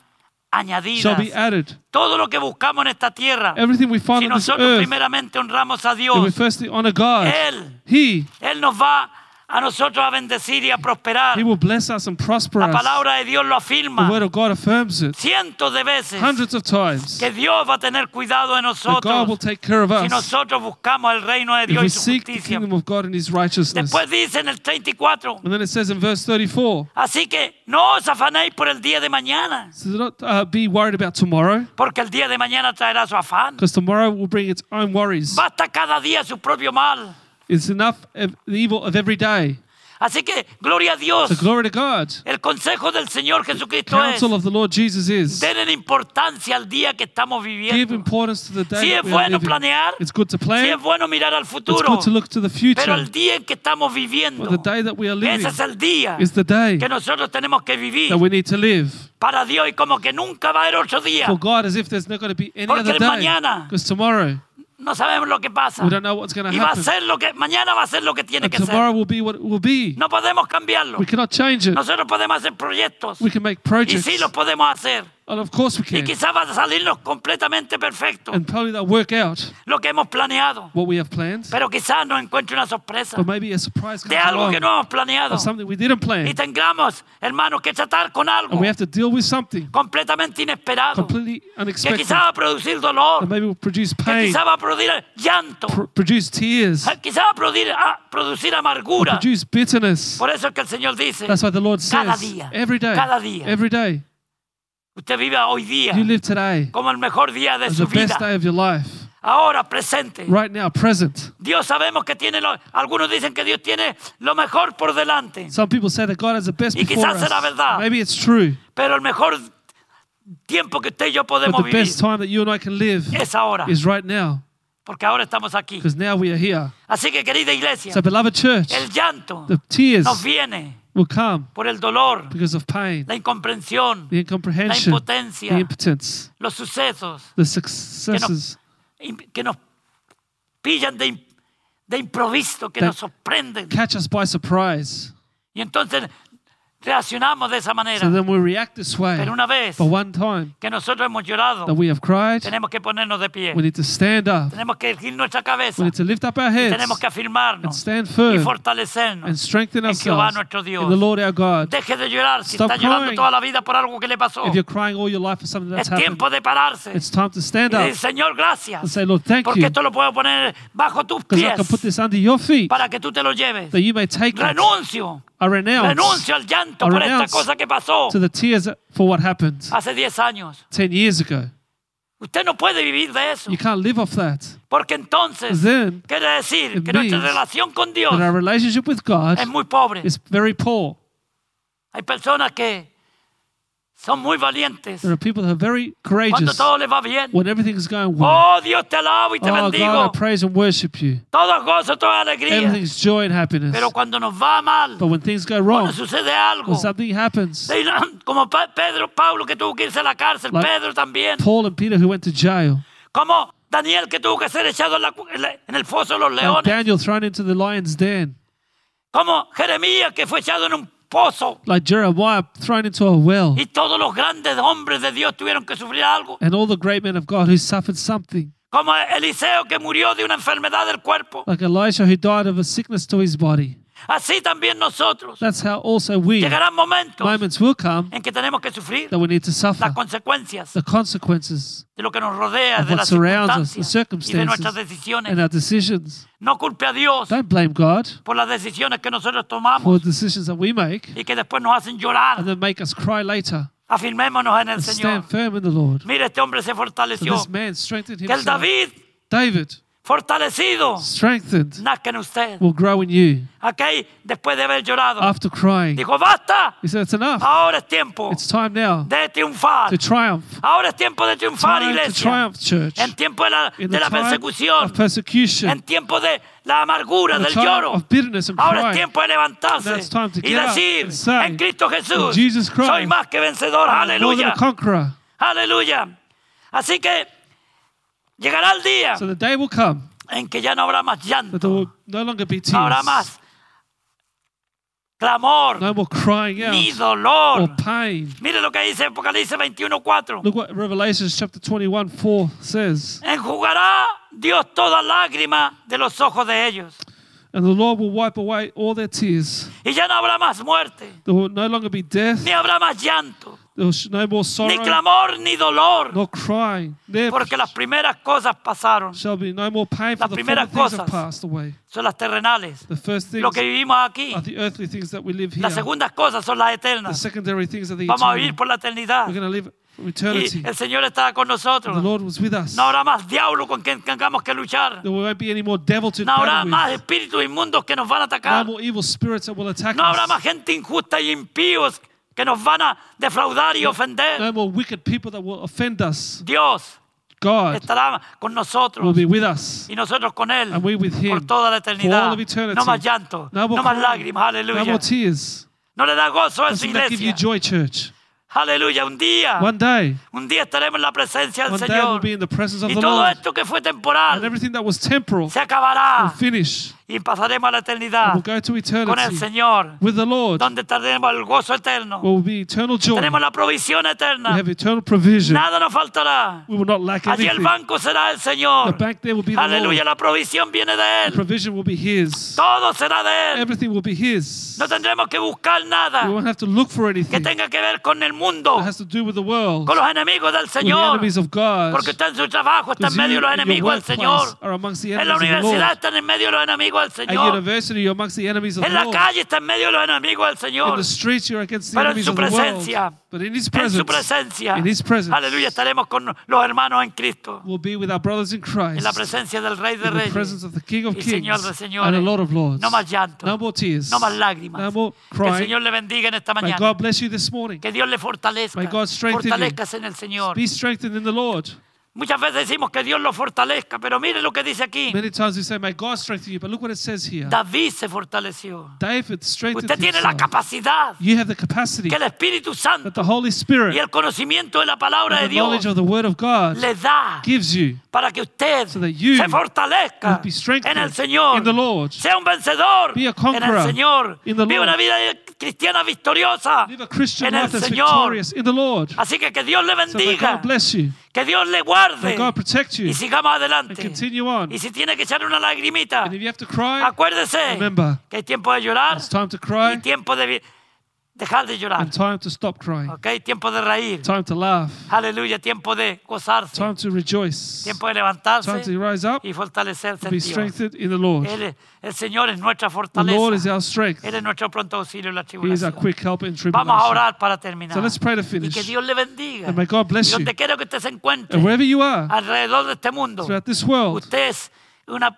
S3: shall be
S2: añadidas.
S3: added.
S2: Todo lo que buscamos en esta tierra,
S3: Everything we find
S2: si
S3: on this
S2: nosotros
S3: earth,
S2: primeramente honramos a
S3: if we
S2: Dios,
S3: firstly honor God,
S2: Él,
S3: He
S2: Él nos va a nosotros a bendecir y a prosperar.
S3: He will bless us and prosper
S2: La
S3: us.
S2: palabra de Dios lo
S3: The
S2: afirma
S3: word of God affirms it
S2: cientos de veces
S3: hundreds of times.
S2: que Dios va a tener cuidado de
S3: That God will
S2: nosotros
S3: take care of
S2: si
S3: us
S2: nosotros buscamos el reino de
S3: if
S2: Dios
S3: we
S2: y su
S3: seek the
S2: justicia.
S3: kingdom of God and His righteousness.
S2: Después dice en el 34,
S3: And then it says in verse 34,
S2: así que no os afanéis por el día de mañana.
S3: so do not uh, be worried about tomorrow,
S2: Porque el día de mañana traerá su afán.
S3: because tomorrow will bring its own worries.
S2: Basta cada día su propio mal.
S3: It's enough of the evil of every day.
S2: Así que, gloria a Dios.
S3: So glory to God.
S2: El consejo del Señor Jesucristo es,
S3: Counsel of the Lord Jesus is
S2: denle importancia al día que estamos
S3: give
S2: viviendo.
S3: importance to the day
S2: Si
S3: that
S2: es
S3: we are
S2: bueno
S3: living.
S2: planear,
S3: It's good to
S2: si
S3: plan.
S2: es bueno mirar al
S3: It's
S2: futuro,
S3: good to look to the
S2: pero
S3: future.
S2: el día en que estamos viviendo,
S3: But the day that we are
S2: ese
S3: living
S2: es el día
S3: is the day
S2: que nosotros tenemos que vivir
S3: that we need to live.
S2: para Dios y como que nunca va a haber otro día.
S3: For God, as if there's not going to be any
S2: Porque
S3: other
S2: el
S3: day.
S2: mañana-
S3: Because tomorrow,
S2: No sabemos lo que pasa.
S3: we don't know what's going
S2: Y
S3: to
S2: va a
S3: happen.
S2: ser lo que, mañana va a ser lo que tiene
S3: And
S2: que ser.
S3: tomorrow will be what it will be.
S2: No podemos cambiarlo.
S3: We cannot change it.
S2: Nosotros podemos hacer proyectos.
S3: We can make
S2: Y
S3: projects.
S2: sí los podemos hacer.
S3: And of course we
S2: Y
S3: can.
S2: quizás va a salirnos completamente perfecto
S3: And probably they'll work out
S2: lo que hemos planeado.
S3: what we have planned.
S2: Pero quizás nos encuentre una sorpresa
S3: But maybe a surprise
S2: de
S3: comes
S2: algo
S3: along
S2: que no hemos planeado.
S3: of something we didn't
S2: Y
S3: plan.
S2: tengamos, hermanos, que tratar con
S3: And
S2: algo
S3: we have to deal with something
S2: completamente inesperado.
S3: completely
S2: Que
S3: unexpected.
S2: quizás va a producir dolor.
S3: And maybe will produce
S2: Que
S3: pain,
S2: quizás va a producir llanto.
S3: pr- produce tears,
S2: Quizás va a producir, a producir amargura.
S3: produce bitterness.
S2: Por eso es que el Señor dice,
S3: That's why the Lord
S2: Cada
S3: says
S2: día.
S3: every day,
S2: Cada día.
S3: every day,
S2: usted vive hoy día
S3: you live today
S2: como el mejor día de
S3: as
S2: su
S3: the best
S2: vida.
S3: day of your life.
S2: Ahora, presente.
S3: Right now, present.
S2: Dios sabemos que tiene lo- algunos dicen que Dios tiene lo mejor por delante,
S3: Some people say that God has the best
S2: Y
S3: before
S2: quizás será verdad.
S3: us. Maybe it's true,
S2: pero el mejor tiempo que usted y yo
S3: but
S2: podemos
S3: the
S2: vivir
S3: best time that you and I can live
S2: es ahora,
S3: is right now,
S2: porque ahora estamos aquí.
S3: because now we are here.
S2: Así que querida iglesia,
S3: So, beloved church,
S2: el llanto
S3: the tears
S2: nos viene
S3: will come
S2: por el dolor,
S3: because of pain,
S2: la incomprensión,
S3: the incomprehension,
S2: la
S3: the
S2: impotencia,
S3: impotence,
S2: los sucesos
S3: the successes
S2: im- que nos pillan de, im- de improviso, que
S3: That-
S2: nos sorprenden.
S3: catch us by surprise.
S2: Y entonces reaccionamos de esa
S3: So
S2: manera.
S3: then we react this way.
S2: Pero una vez
S3: But one time
S2: que nosotros hemos llorado,
S3: that we have cried,
S2: tenemos que ponernos de pie.
S3: we need to stand up.
S2: Tenemos que erguir nuestra cabeza.
S3: We need to lift up our heads
S2: Tenemos que
S3: Pues and
S2: afirmarnos
S3: stand
S2: y
S3: firm
S2: fortalecernos
S3: and strengthen
S2: en Jehová
S3: ourselves
S2: nuestro
S3: in the
S2: Dios.
S3: Lord our God.
S2: Deje de llorar si
S3: Stop
S2: está llorando
S3: crying.
S2: toda la vida por algo que le pasó.
S3: If you're crying all your life for something
S2: Oh. Es
S3: that's happened,
S2: tiempo de pararse.
S3: it's time to stand
S2: Y
S3: up
S2: decir, Señor,
S3: and
S2: gracias.
S3: say, Lord, thank
S2: Porque
S3: you,
S2: esto lo puedo poner bajo tus
S3: because I can put
S2: pies
S3: this under your feet
S2: para que tú te lo lleves.
S3: that you may take it.
S2: Renuncio.
S3: I renounce
S2: Renuncio al llanto
S3: I
S2: por esta
S3: renounce
S2: cosa que pasó
S3: to the tears for what happened
S2: hace 10 años.
S3: 10 years ago.
S2: Usted no puede vivir de eso.
S3: You can't live off that.
S2: Porque entonces
S3: Then
S2: quiere decir
S3: it
S2: que nuestra
S3: means
S2: relación con Dios
S3: But our relationship with God
S2: es muy pobre.
S3: is very poor.
S2: Hay personas que son muy valientes
S3: There are people who are very
S2: cuando
S3: courageous
S2: todo les va bien.
S3: when everything is going well.
S2: Oh, Dios te alabo y te
S3: Oh, God,
S2: bendigo.
S3: I praise and worship you.
S2: Todo es gozo, toda alegría.
S3: Everything's joy and happiness.
S2: Pero cuando nos va mal,
S3: But when things go
S2: cuando
S3: wrong,
S2: sucede algo,
S3: when something happens,
S2: sí, como Pa- Pedro, Pablo que tuvo que irse a la cárcel,
S3: Like-
S2: Pedro también,
S3: Paul and Peter who went to jail,
S2: como Daniel que tuvo que ser echado en, la cu- en la- en el foso de los
S3: and
S2: leones,
S3: Daniel thrown into the lion's den,
S2: como Jeremías que fue echado en un pozo
S3: like Jeremiah thrown into a well,
S2: y todos los grandes hombres de Dios tuvieron que sufrir algo,
S3: and all the great men of God who suffered something,
S2: como Eliseo que murió de una enfermedad del cuerpo.
S3: like Elisha who died of a sickness to his body.
S2: Así también nosotros.
S3: That's how also we,
S2: Llegarán momentos
S3: moments will come
S2: en que tenemos que sufrir
S3: that we need to
S2: las
S3: suffer
S2: consecuencias
S3: the consequences
S2: de lo que nos rodea,
S3: of
S2: de
S3: what
S2: las
S3: surrounds us, the
S2: circunstancias y de nuestras decisiones.
S3: circumstances, and our decisions.
S2: No culpe a Dios
S3: Don't blame God
S2: por las decisiones que nosotros
S3: for
S2: tomamos
S3: decisions that we make
S2: y que después nos hacen
S3: and
S2: llorar.
S3: then make us cry later.
S2: Afirmémonos en el Señor.
S3: Stand firm in the Lord.
S2: Mire, este hombre se
S3: So
S2: fortaleció.
S3: this man strengthened
S2: Que el
S3: himself.
S2: David
S3: David
S2: fortalecido,
S3: strengthened,
S2: nazca en usted.
S3: will grow in you.
S2: Ok, después de haber llorado,
S3: After crying,
S2: dijo, basta,
S3: he said, It's enough.
S2: ahora es tiempo
S3: It's time now
S2: de triunfar.
S3: to triumph.
S2: Ahora es tiempo de triunfar,
S3: Time to
S2: iglesia.
S3: triumph, church.
S2: En tiempo de la,
S3: In
S2: de
S3: the
S2: la
S3: time
S2: persecución,
S3: of persecution,
S2: en tiempo de la amargura,
S3: in the
S2: del
S3: time
S2: lloro.
S3: of bitterness and
S2: Ahora es
S3: crying,
S2: tiempo de levantarse
S3: Now it's time to
S2: y
S3: get up
S2: decir
S3: and say,
S2: en Cristo Jesús,
S3: "In Jesus Christ,
S2: soy más que vencedor,
S3: more than
S2: aleluya,
S3: a conqueror.
S2: aleluya. Así que llegará el día
S3: So the day will come
S2: en que ya no habrá más
S3: that there will
S2: llanto,
S3: no longer be tears,
S2: no habrá más clamor,
S3: no more crying
S2: ni
S3: out or
S2: dolor.
S3: pain.
S2: Mire lo que dice Apocalipsis 21:4.
S3: Look what Revelation chapter 21 4 says.
S2: Enjugará Dios toda lágrima de los ojos de ellos.
S3: And the Lord will wipe away all their tears.
S2: Y ya no habrá más muerte,
S3: There will no longer be death.
S2: ni habrá más llanto,
S3: There will no more
S2: ni
S3: sorrow,
S2: clamor, ni dolor.
S3: nor crying. There
S2: Porque las primeras cosas pasaron,
S3: shall be no more pain, for
S2: Las
S3: the former
S2: primeras
S3: things have
S2: cosas.
S3: passed away.
S2: son las terrenales.
S3: The first things
S2: Lo que vivimos aquí,
S3: are the earthly things that we live here.
S2: las segundas cosas son las
S3: The
S2: eternas.
S3: secondary things are the
S2: Vamos a
S3: eternal.
S2: vivir por la eternidad.
S3: We're going to live for eternity.
S2: Y el Señor estará con
S3: The
S2: nosotros.
S3: Lord was with us.
S2: No habrá más diablo con quien tengamos que luchar.
S3: There won't be any more devil to
S2: No habrá
S3: battle
S2: más
S3: with.
S2: espíritus inmundos que nos van a
S3: No
S2: atacar.
S3: more evil spirits that will attack
S2: No habrá más
S3: us.
S2: gente injusta y impíos que nos van a defraudar y ofender.
S3: No more wicked people that will offend us.
S2: Dios
S3: God
S2: estará con
S3: will
S2: nosotros
S3: be with us.
S2: y nosotros con Él
S3: And we with him
S2: por toda la
S3: for all
S2: eternidad.
S3: of eternity.
S2: No más llanto,
S3: No
S2: no
S3: more
S2: más
S3: crying.
S2: lágrimas,
S3: No more
S2: aleluya.
S3: tears.
S2: No le da gozo a su
S3: Doesn't that give you
S2: iglesia.
S3: joy, church?
S2: Aleluya, un día,
S3: One day,
S2: un día estaremos en la presencia del
S3: one day we'll
S2: Señor.
S3: be in the presence of
S2: Y
S3: the
S2: todo
S3: Lord.
S2: esto que fue
S3: And
S2: temporal
S3: everything that was temporal
S2: se acabará
S3: will finish.
S2: y pasaremos a la eternidad
S3: We'll go to
S2: Ah. con el
S3: eternity
S2: Señor,
S3: with the Lord.
S2: donde tendremos el gozo eterno.
S3: Will be eternal joy.
S2: Tenemos la provisión
S3: We
S2: eterna.
S3: have eternal provision.
S2: Nada nos faltará.
S3: We will not lack
S2: Allí el
S3: anything.
S2: banco será el Señor.
S3: The bank there will be the
S2: Aleluya,
S3: Lord.
S2: la provisión viene de Él.
S3: Provision will be His.
S2: Todo será de Él.
S3: Everything will be His.
S2: No tendremos que buscar
S3: We
S2: nada
S3: won't have to look for
S2: que
S3: anything that
S2: tenga que ver con el mundo,
S3: has to do with the world,
S2: con
S3: with
S2: los enemigos del
S3: the
S2: Señor.
S3: enemies of God.
S2: Porque está en su trabajo, está en
S3: Because
S2: medio de
S3: you
S2: los
S3: and your
S2: enemigos del
S3: workplace
S2: Señor.
S3: are amongst the
S2: En la
S3: enemies of the
S2: universidad
S3: Lord.
S2: están en medio de los enemigos del
S3: At
S2: Señor.
S3: university, you're amongst the enemies of the
S2: En la
S3: Lord.
S2: calle están en medio de los enemigos del
S3: In
S2: Señor.
S3: the streets, you're against the
S2: Pero en
S3: enemies
S2: su
S3: of the world.
S2: presencia,
S3: But in His
S2: En su
S3: presence,
S2: presencia.
S3: In His presence.
S2: Aleluya, estaremos con los hermanos en Cristo.
S3: we'll be with our brothers in
S2: En
S3: Christ.
S2: la presencia del Rey de
S3: in the presence
S2: Reyes.
S3: of the King of
S2: Y
S3: Kings
S2: Señor de
S3: and the
S2: señores.
S3: Lord of Lords.
S2: No más llanto.
S3: No more tears.
S2: No más lágrimas.
S3: No more
S2: Que el
S3: crying.
S2: Señor le bendiga en esta
S3: May
S2: mañana.
S3: God bless you this morning.
S2: Que Dios le fortalezca.
S3: May God strengthen you.
S2: Fortalezcas en el Señor.
S3: Be strengthened in the Lord.
S2: Muchas veces decimos que Dios lo fortalezca, pero mire lo que dice aquí.
S3: Many times we say, May God strengthen you, but look what it says here.
S2: David se fortaleció.
S3: David strengthened
S2: Usted tiene la
S3: himself.
S2: capacidad
S3: You have the capacity
S2: que el Espíritu
S3: that
S2: Santo
S3: the Holy Spirit
S2: y el conocimiento de la palabra de
S3: and the knowledge
S2: Dios
S3: of the Word of God
S2: le da
S3: gives you
S2: para que usted
S3: that you
S2: se fortalezca
S3: will be strengthened
S2: en el Señor.
S3: in the Lord.
S2: Sea un vencedor
S3: Be a
S2: en el
S3: conqueror
S2: Señor.
S3: in the
S2: Viva
S3: Lord.
S2: una vida cristiana victoriosa
S3: live a Christian
S2: en el
S3: life that's
S2: Señor.
S3: victorious in the Lord.
S2: Así que que Dios le
S3: So may
S2: bendiga,
S3: God bless you.
S2: que Dios le
S3: May
S2: guarde
S3: God protect you.
S2: y sigamos adelante.
S3: Continue on.
S2: Y si tiene que echar una lagrimita,
S3: And if you have to cry,
S2: acuérdese
S3: remember,
S2: que hay tiempo de llorar
S3: it's time to
S2: y
S3: cry
S2: tiempo de vi- dejar de llorar.
S3: and time to stop crying.
S2: ¿Ok? Tiempo de reír.
S3: Time to laugh.
S2: Aleluya. Tiempo de gozarse.
S3: Time to rejoice.
S2: Tiempo de
S3: Time to
S2: levantarse
S3: rise up.
S2: y fortalecerse en
S3: Be
S2: Dios.
S3: strengthened in the Lord.
S2: Él es- el Señor es nuestra
S3: The Lord is
S2: fortaleza.
S3: our strength.
S2: Él es nuestro pronto auxilio en la
S3: He is
S2: tribulación.
S3: our quick help in
S2: Vamos a
S3: tribulation.
S2: orar para terminar.
S3: So let's pray to
S2: y
S3: finish.
S2: que Dios le bendiga.
S3: And may God bless
S2: Y
S3: you.
S2: donde quiera que usted se encuentre,
S3: And wherever you are
S2: alrededor de este mundo,
S3: throughout this world,
S2: usted es una,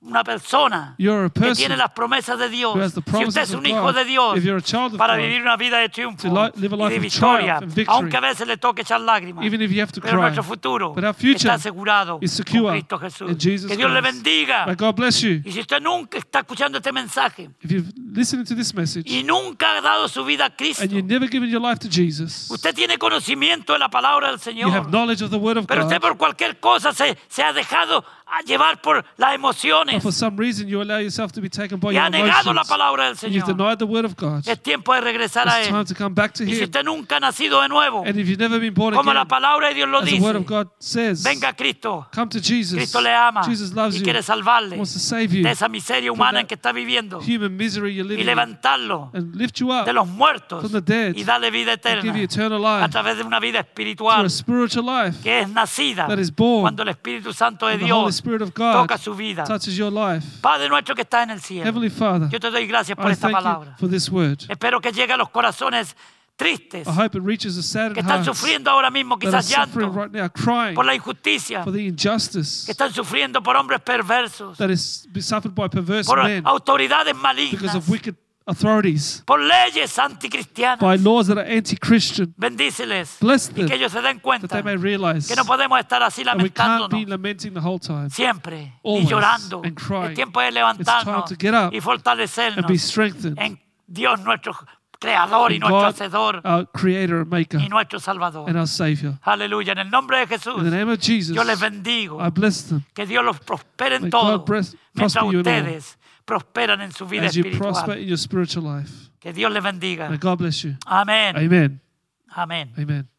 S2: una persona
S3: You're a
S2: que
S3: person
S2: tiene las promesas de Dios.
S3: who has
S2: Si
S3: the
S2: usted
S3: promises
S2: es
S3: of
S2: un hijo
S3: God,
S2: de Dios,
S3: if you're a child of
S2: para
S3: God,
S2: vivir una vida de triunfo
S3: to li- live a
S2: y
S3: life
S2: de
S3: of
S2: victoria,
S3: triumph and victory.
S2: aunque a veces le toque echar lágrimas.
S3: even if you have to
S2: Pero
S3: cry,
S2: nuestro futuro
S3: but our
S2: está
S3: future
S2: asegurado
S3: is
S2: con
S3: secure
S2: Cristo Jesús.
S3: in Jesus
S2: que Dios le
S3: Christ.
S2: bendiga.
S3: may God bless you.
S2: Y si usted nunca está escuchando este mensaje
S3: If you're listening to this message
S2: y nunca ha dado su vida a Cristo,
S3: and you've never given your life to Jesus,
S2: usted tiene conocimiento de la palabra del
S3: you
S2: Señor.
S3: have knowledge of the Word of
S2: Pero usted
S3: God,
S2: por cualquier cosa se, se ha dejado a llevar por las
S3: but
S2: emociones
S3: for some reason you allow yourself to be taken by
S2: y
S3: your
S2: ha negado la
S3: emotions,
S2: palabra del
S3: and you've
S2: Señor.
S3: denied the Word of God,
S2: Es tiempo de regresar a
S3: it's time
S2: Él.
S3: to come back to
S2: Y si
S3: Him.
S2: usted nunca ha nacido de nuevo,
S3: And if you've never been born
S2: como la
S3: again,
S2: palabra de Dios lo
S3: as the Word of
S2: dice,
S3: God says,
S2: venga Cristo.
S3: come to Jesus.
S2: Cristo le ama
S3: Jesus loves
S2: y
S3: you,
S2: quiere salvarle
S3: wants to save you
S2: de esa miseria
S3: from
S2: humana
S3: that
S2: en que está viviendo
S3: human misery you're
S2: y
S3: living in,
S2: levantarlo
S3: and lift you up
S2: de los muertos
S3: from the dead
S2: y darle vida
S3: and give you
S2: eterna
S3: eternal
S2: a
S3: life
S2: través de una vida
S3: through
S2: espiritual
S3: a spiritual life.
S2: que es nacida
S3: that is born
S2: cuando el Espíritu Santo de
S3: And the Holy
S2: Dios
S3: Spirit of God
S2: toca su vida.
S3: touches your life.
S2: Padre nuestro que estás en el cielo,
S3: Heavenly Father,
S2: yo te doy gracias por
S3: I
S2: esta
S3: thank you
S2: palabra.
S3: for this word.
S2: Espero que llegue a los corazones tristes
S3: I hope it reaches the
S2: que
S3: saddened
S2: están
S3: hearts
S2: sufriendo ahora mismo,
S3: that are
S2: quizás
S3: suffering
S2: llanto
S3: right now, crying
S2: por la injusticia,
S3: for
S2: que
S3: the injustice
S2: están sufriendo por hombres perversos,
S3: that is suffered by perverse
S2: por
S3: men
S2: autoridades
S3: because
S2: malignas,
S3: of wicked authorities,
S2: por leyes anticristianas.
S3: by laws that are anti-Christian,
S2: Bendíceles
S3: Bless
S2: y
S3: them,
S2: que ellos se den
S3: that
S2: cuenta
S3: they may
S2: que
S3: realize
S2: no
S3: that
S2: podemos estar así
S3: we can't be
S2: lamentándonos
S3: lamenting the whole time
S2: siempre y
S3: always
S2: llorando.
S3: and crying.
S2: El tiempo de
S3: It's
S2: levantarnos
S3: time to get up
S2: y
S3: and be
S2: fortalecernos
S3: strengthened
S2: en Dios nuestro creador y
S3: in
S2: nuestro
S3: God,
S2: hacedor
S3: our Creator and Maker
S2: y nuestro
S3: and
S2: salvador.
S3: our Savior.
S2: Aleluya. En el nombre de
S3: In the
S2: Jesús,
S3: name of Jesus,
S2: yo les bendigo.
S3: I bless them
S2: Que Dios los prospere en
S3: May
S2: todo.
S3: God bless-
S2: Mientras
S3: prosper you in all.
S2: ustedes prosperan en su vida
S3: as you prosper
S2: espiritual.
S3: in your spiritual life.
S2: Que Dios les bendiga.
S3: May God bless you.
S2: Amén.
S3: Amen.
S2: Amén.
S3: Amen.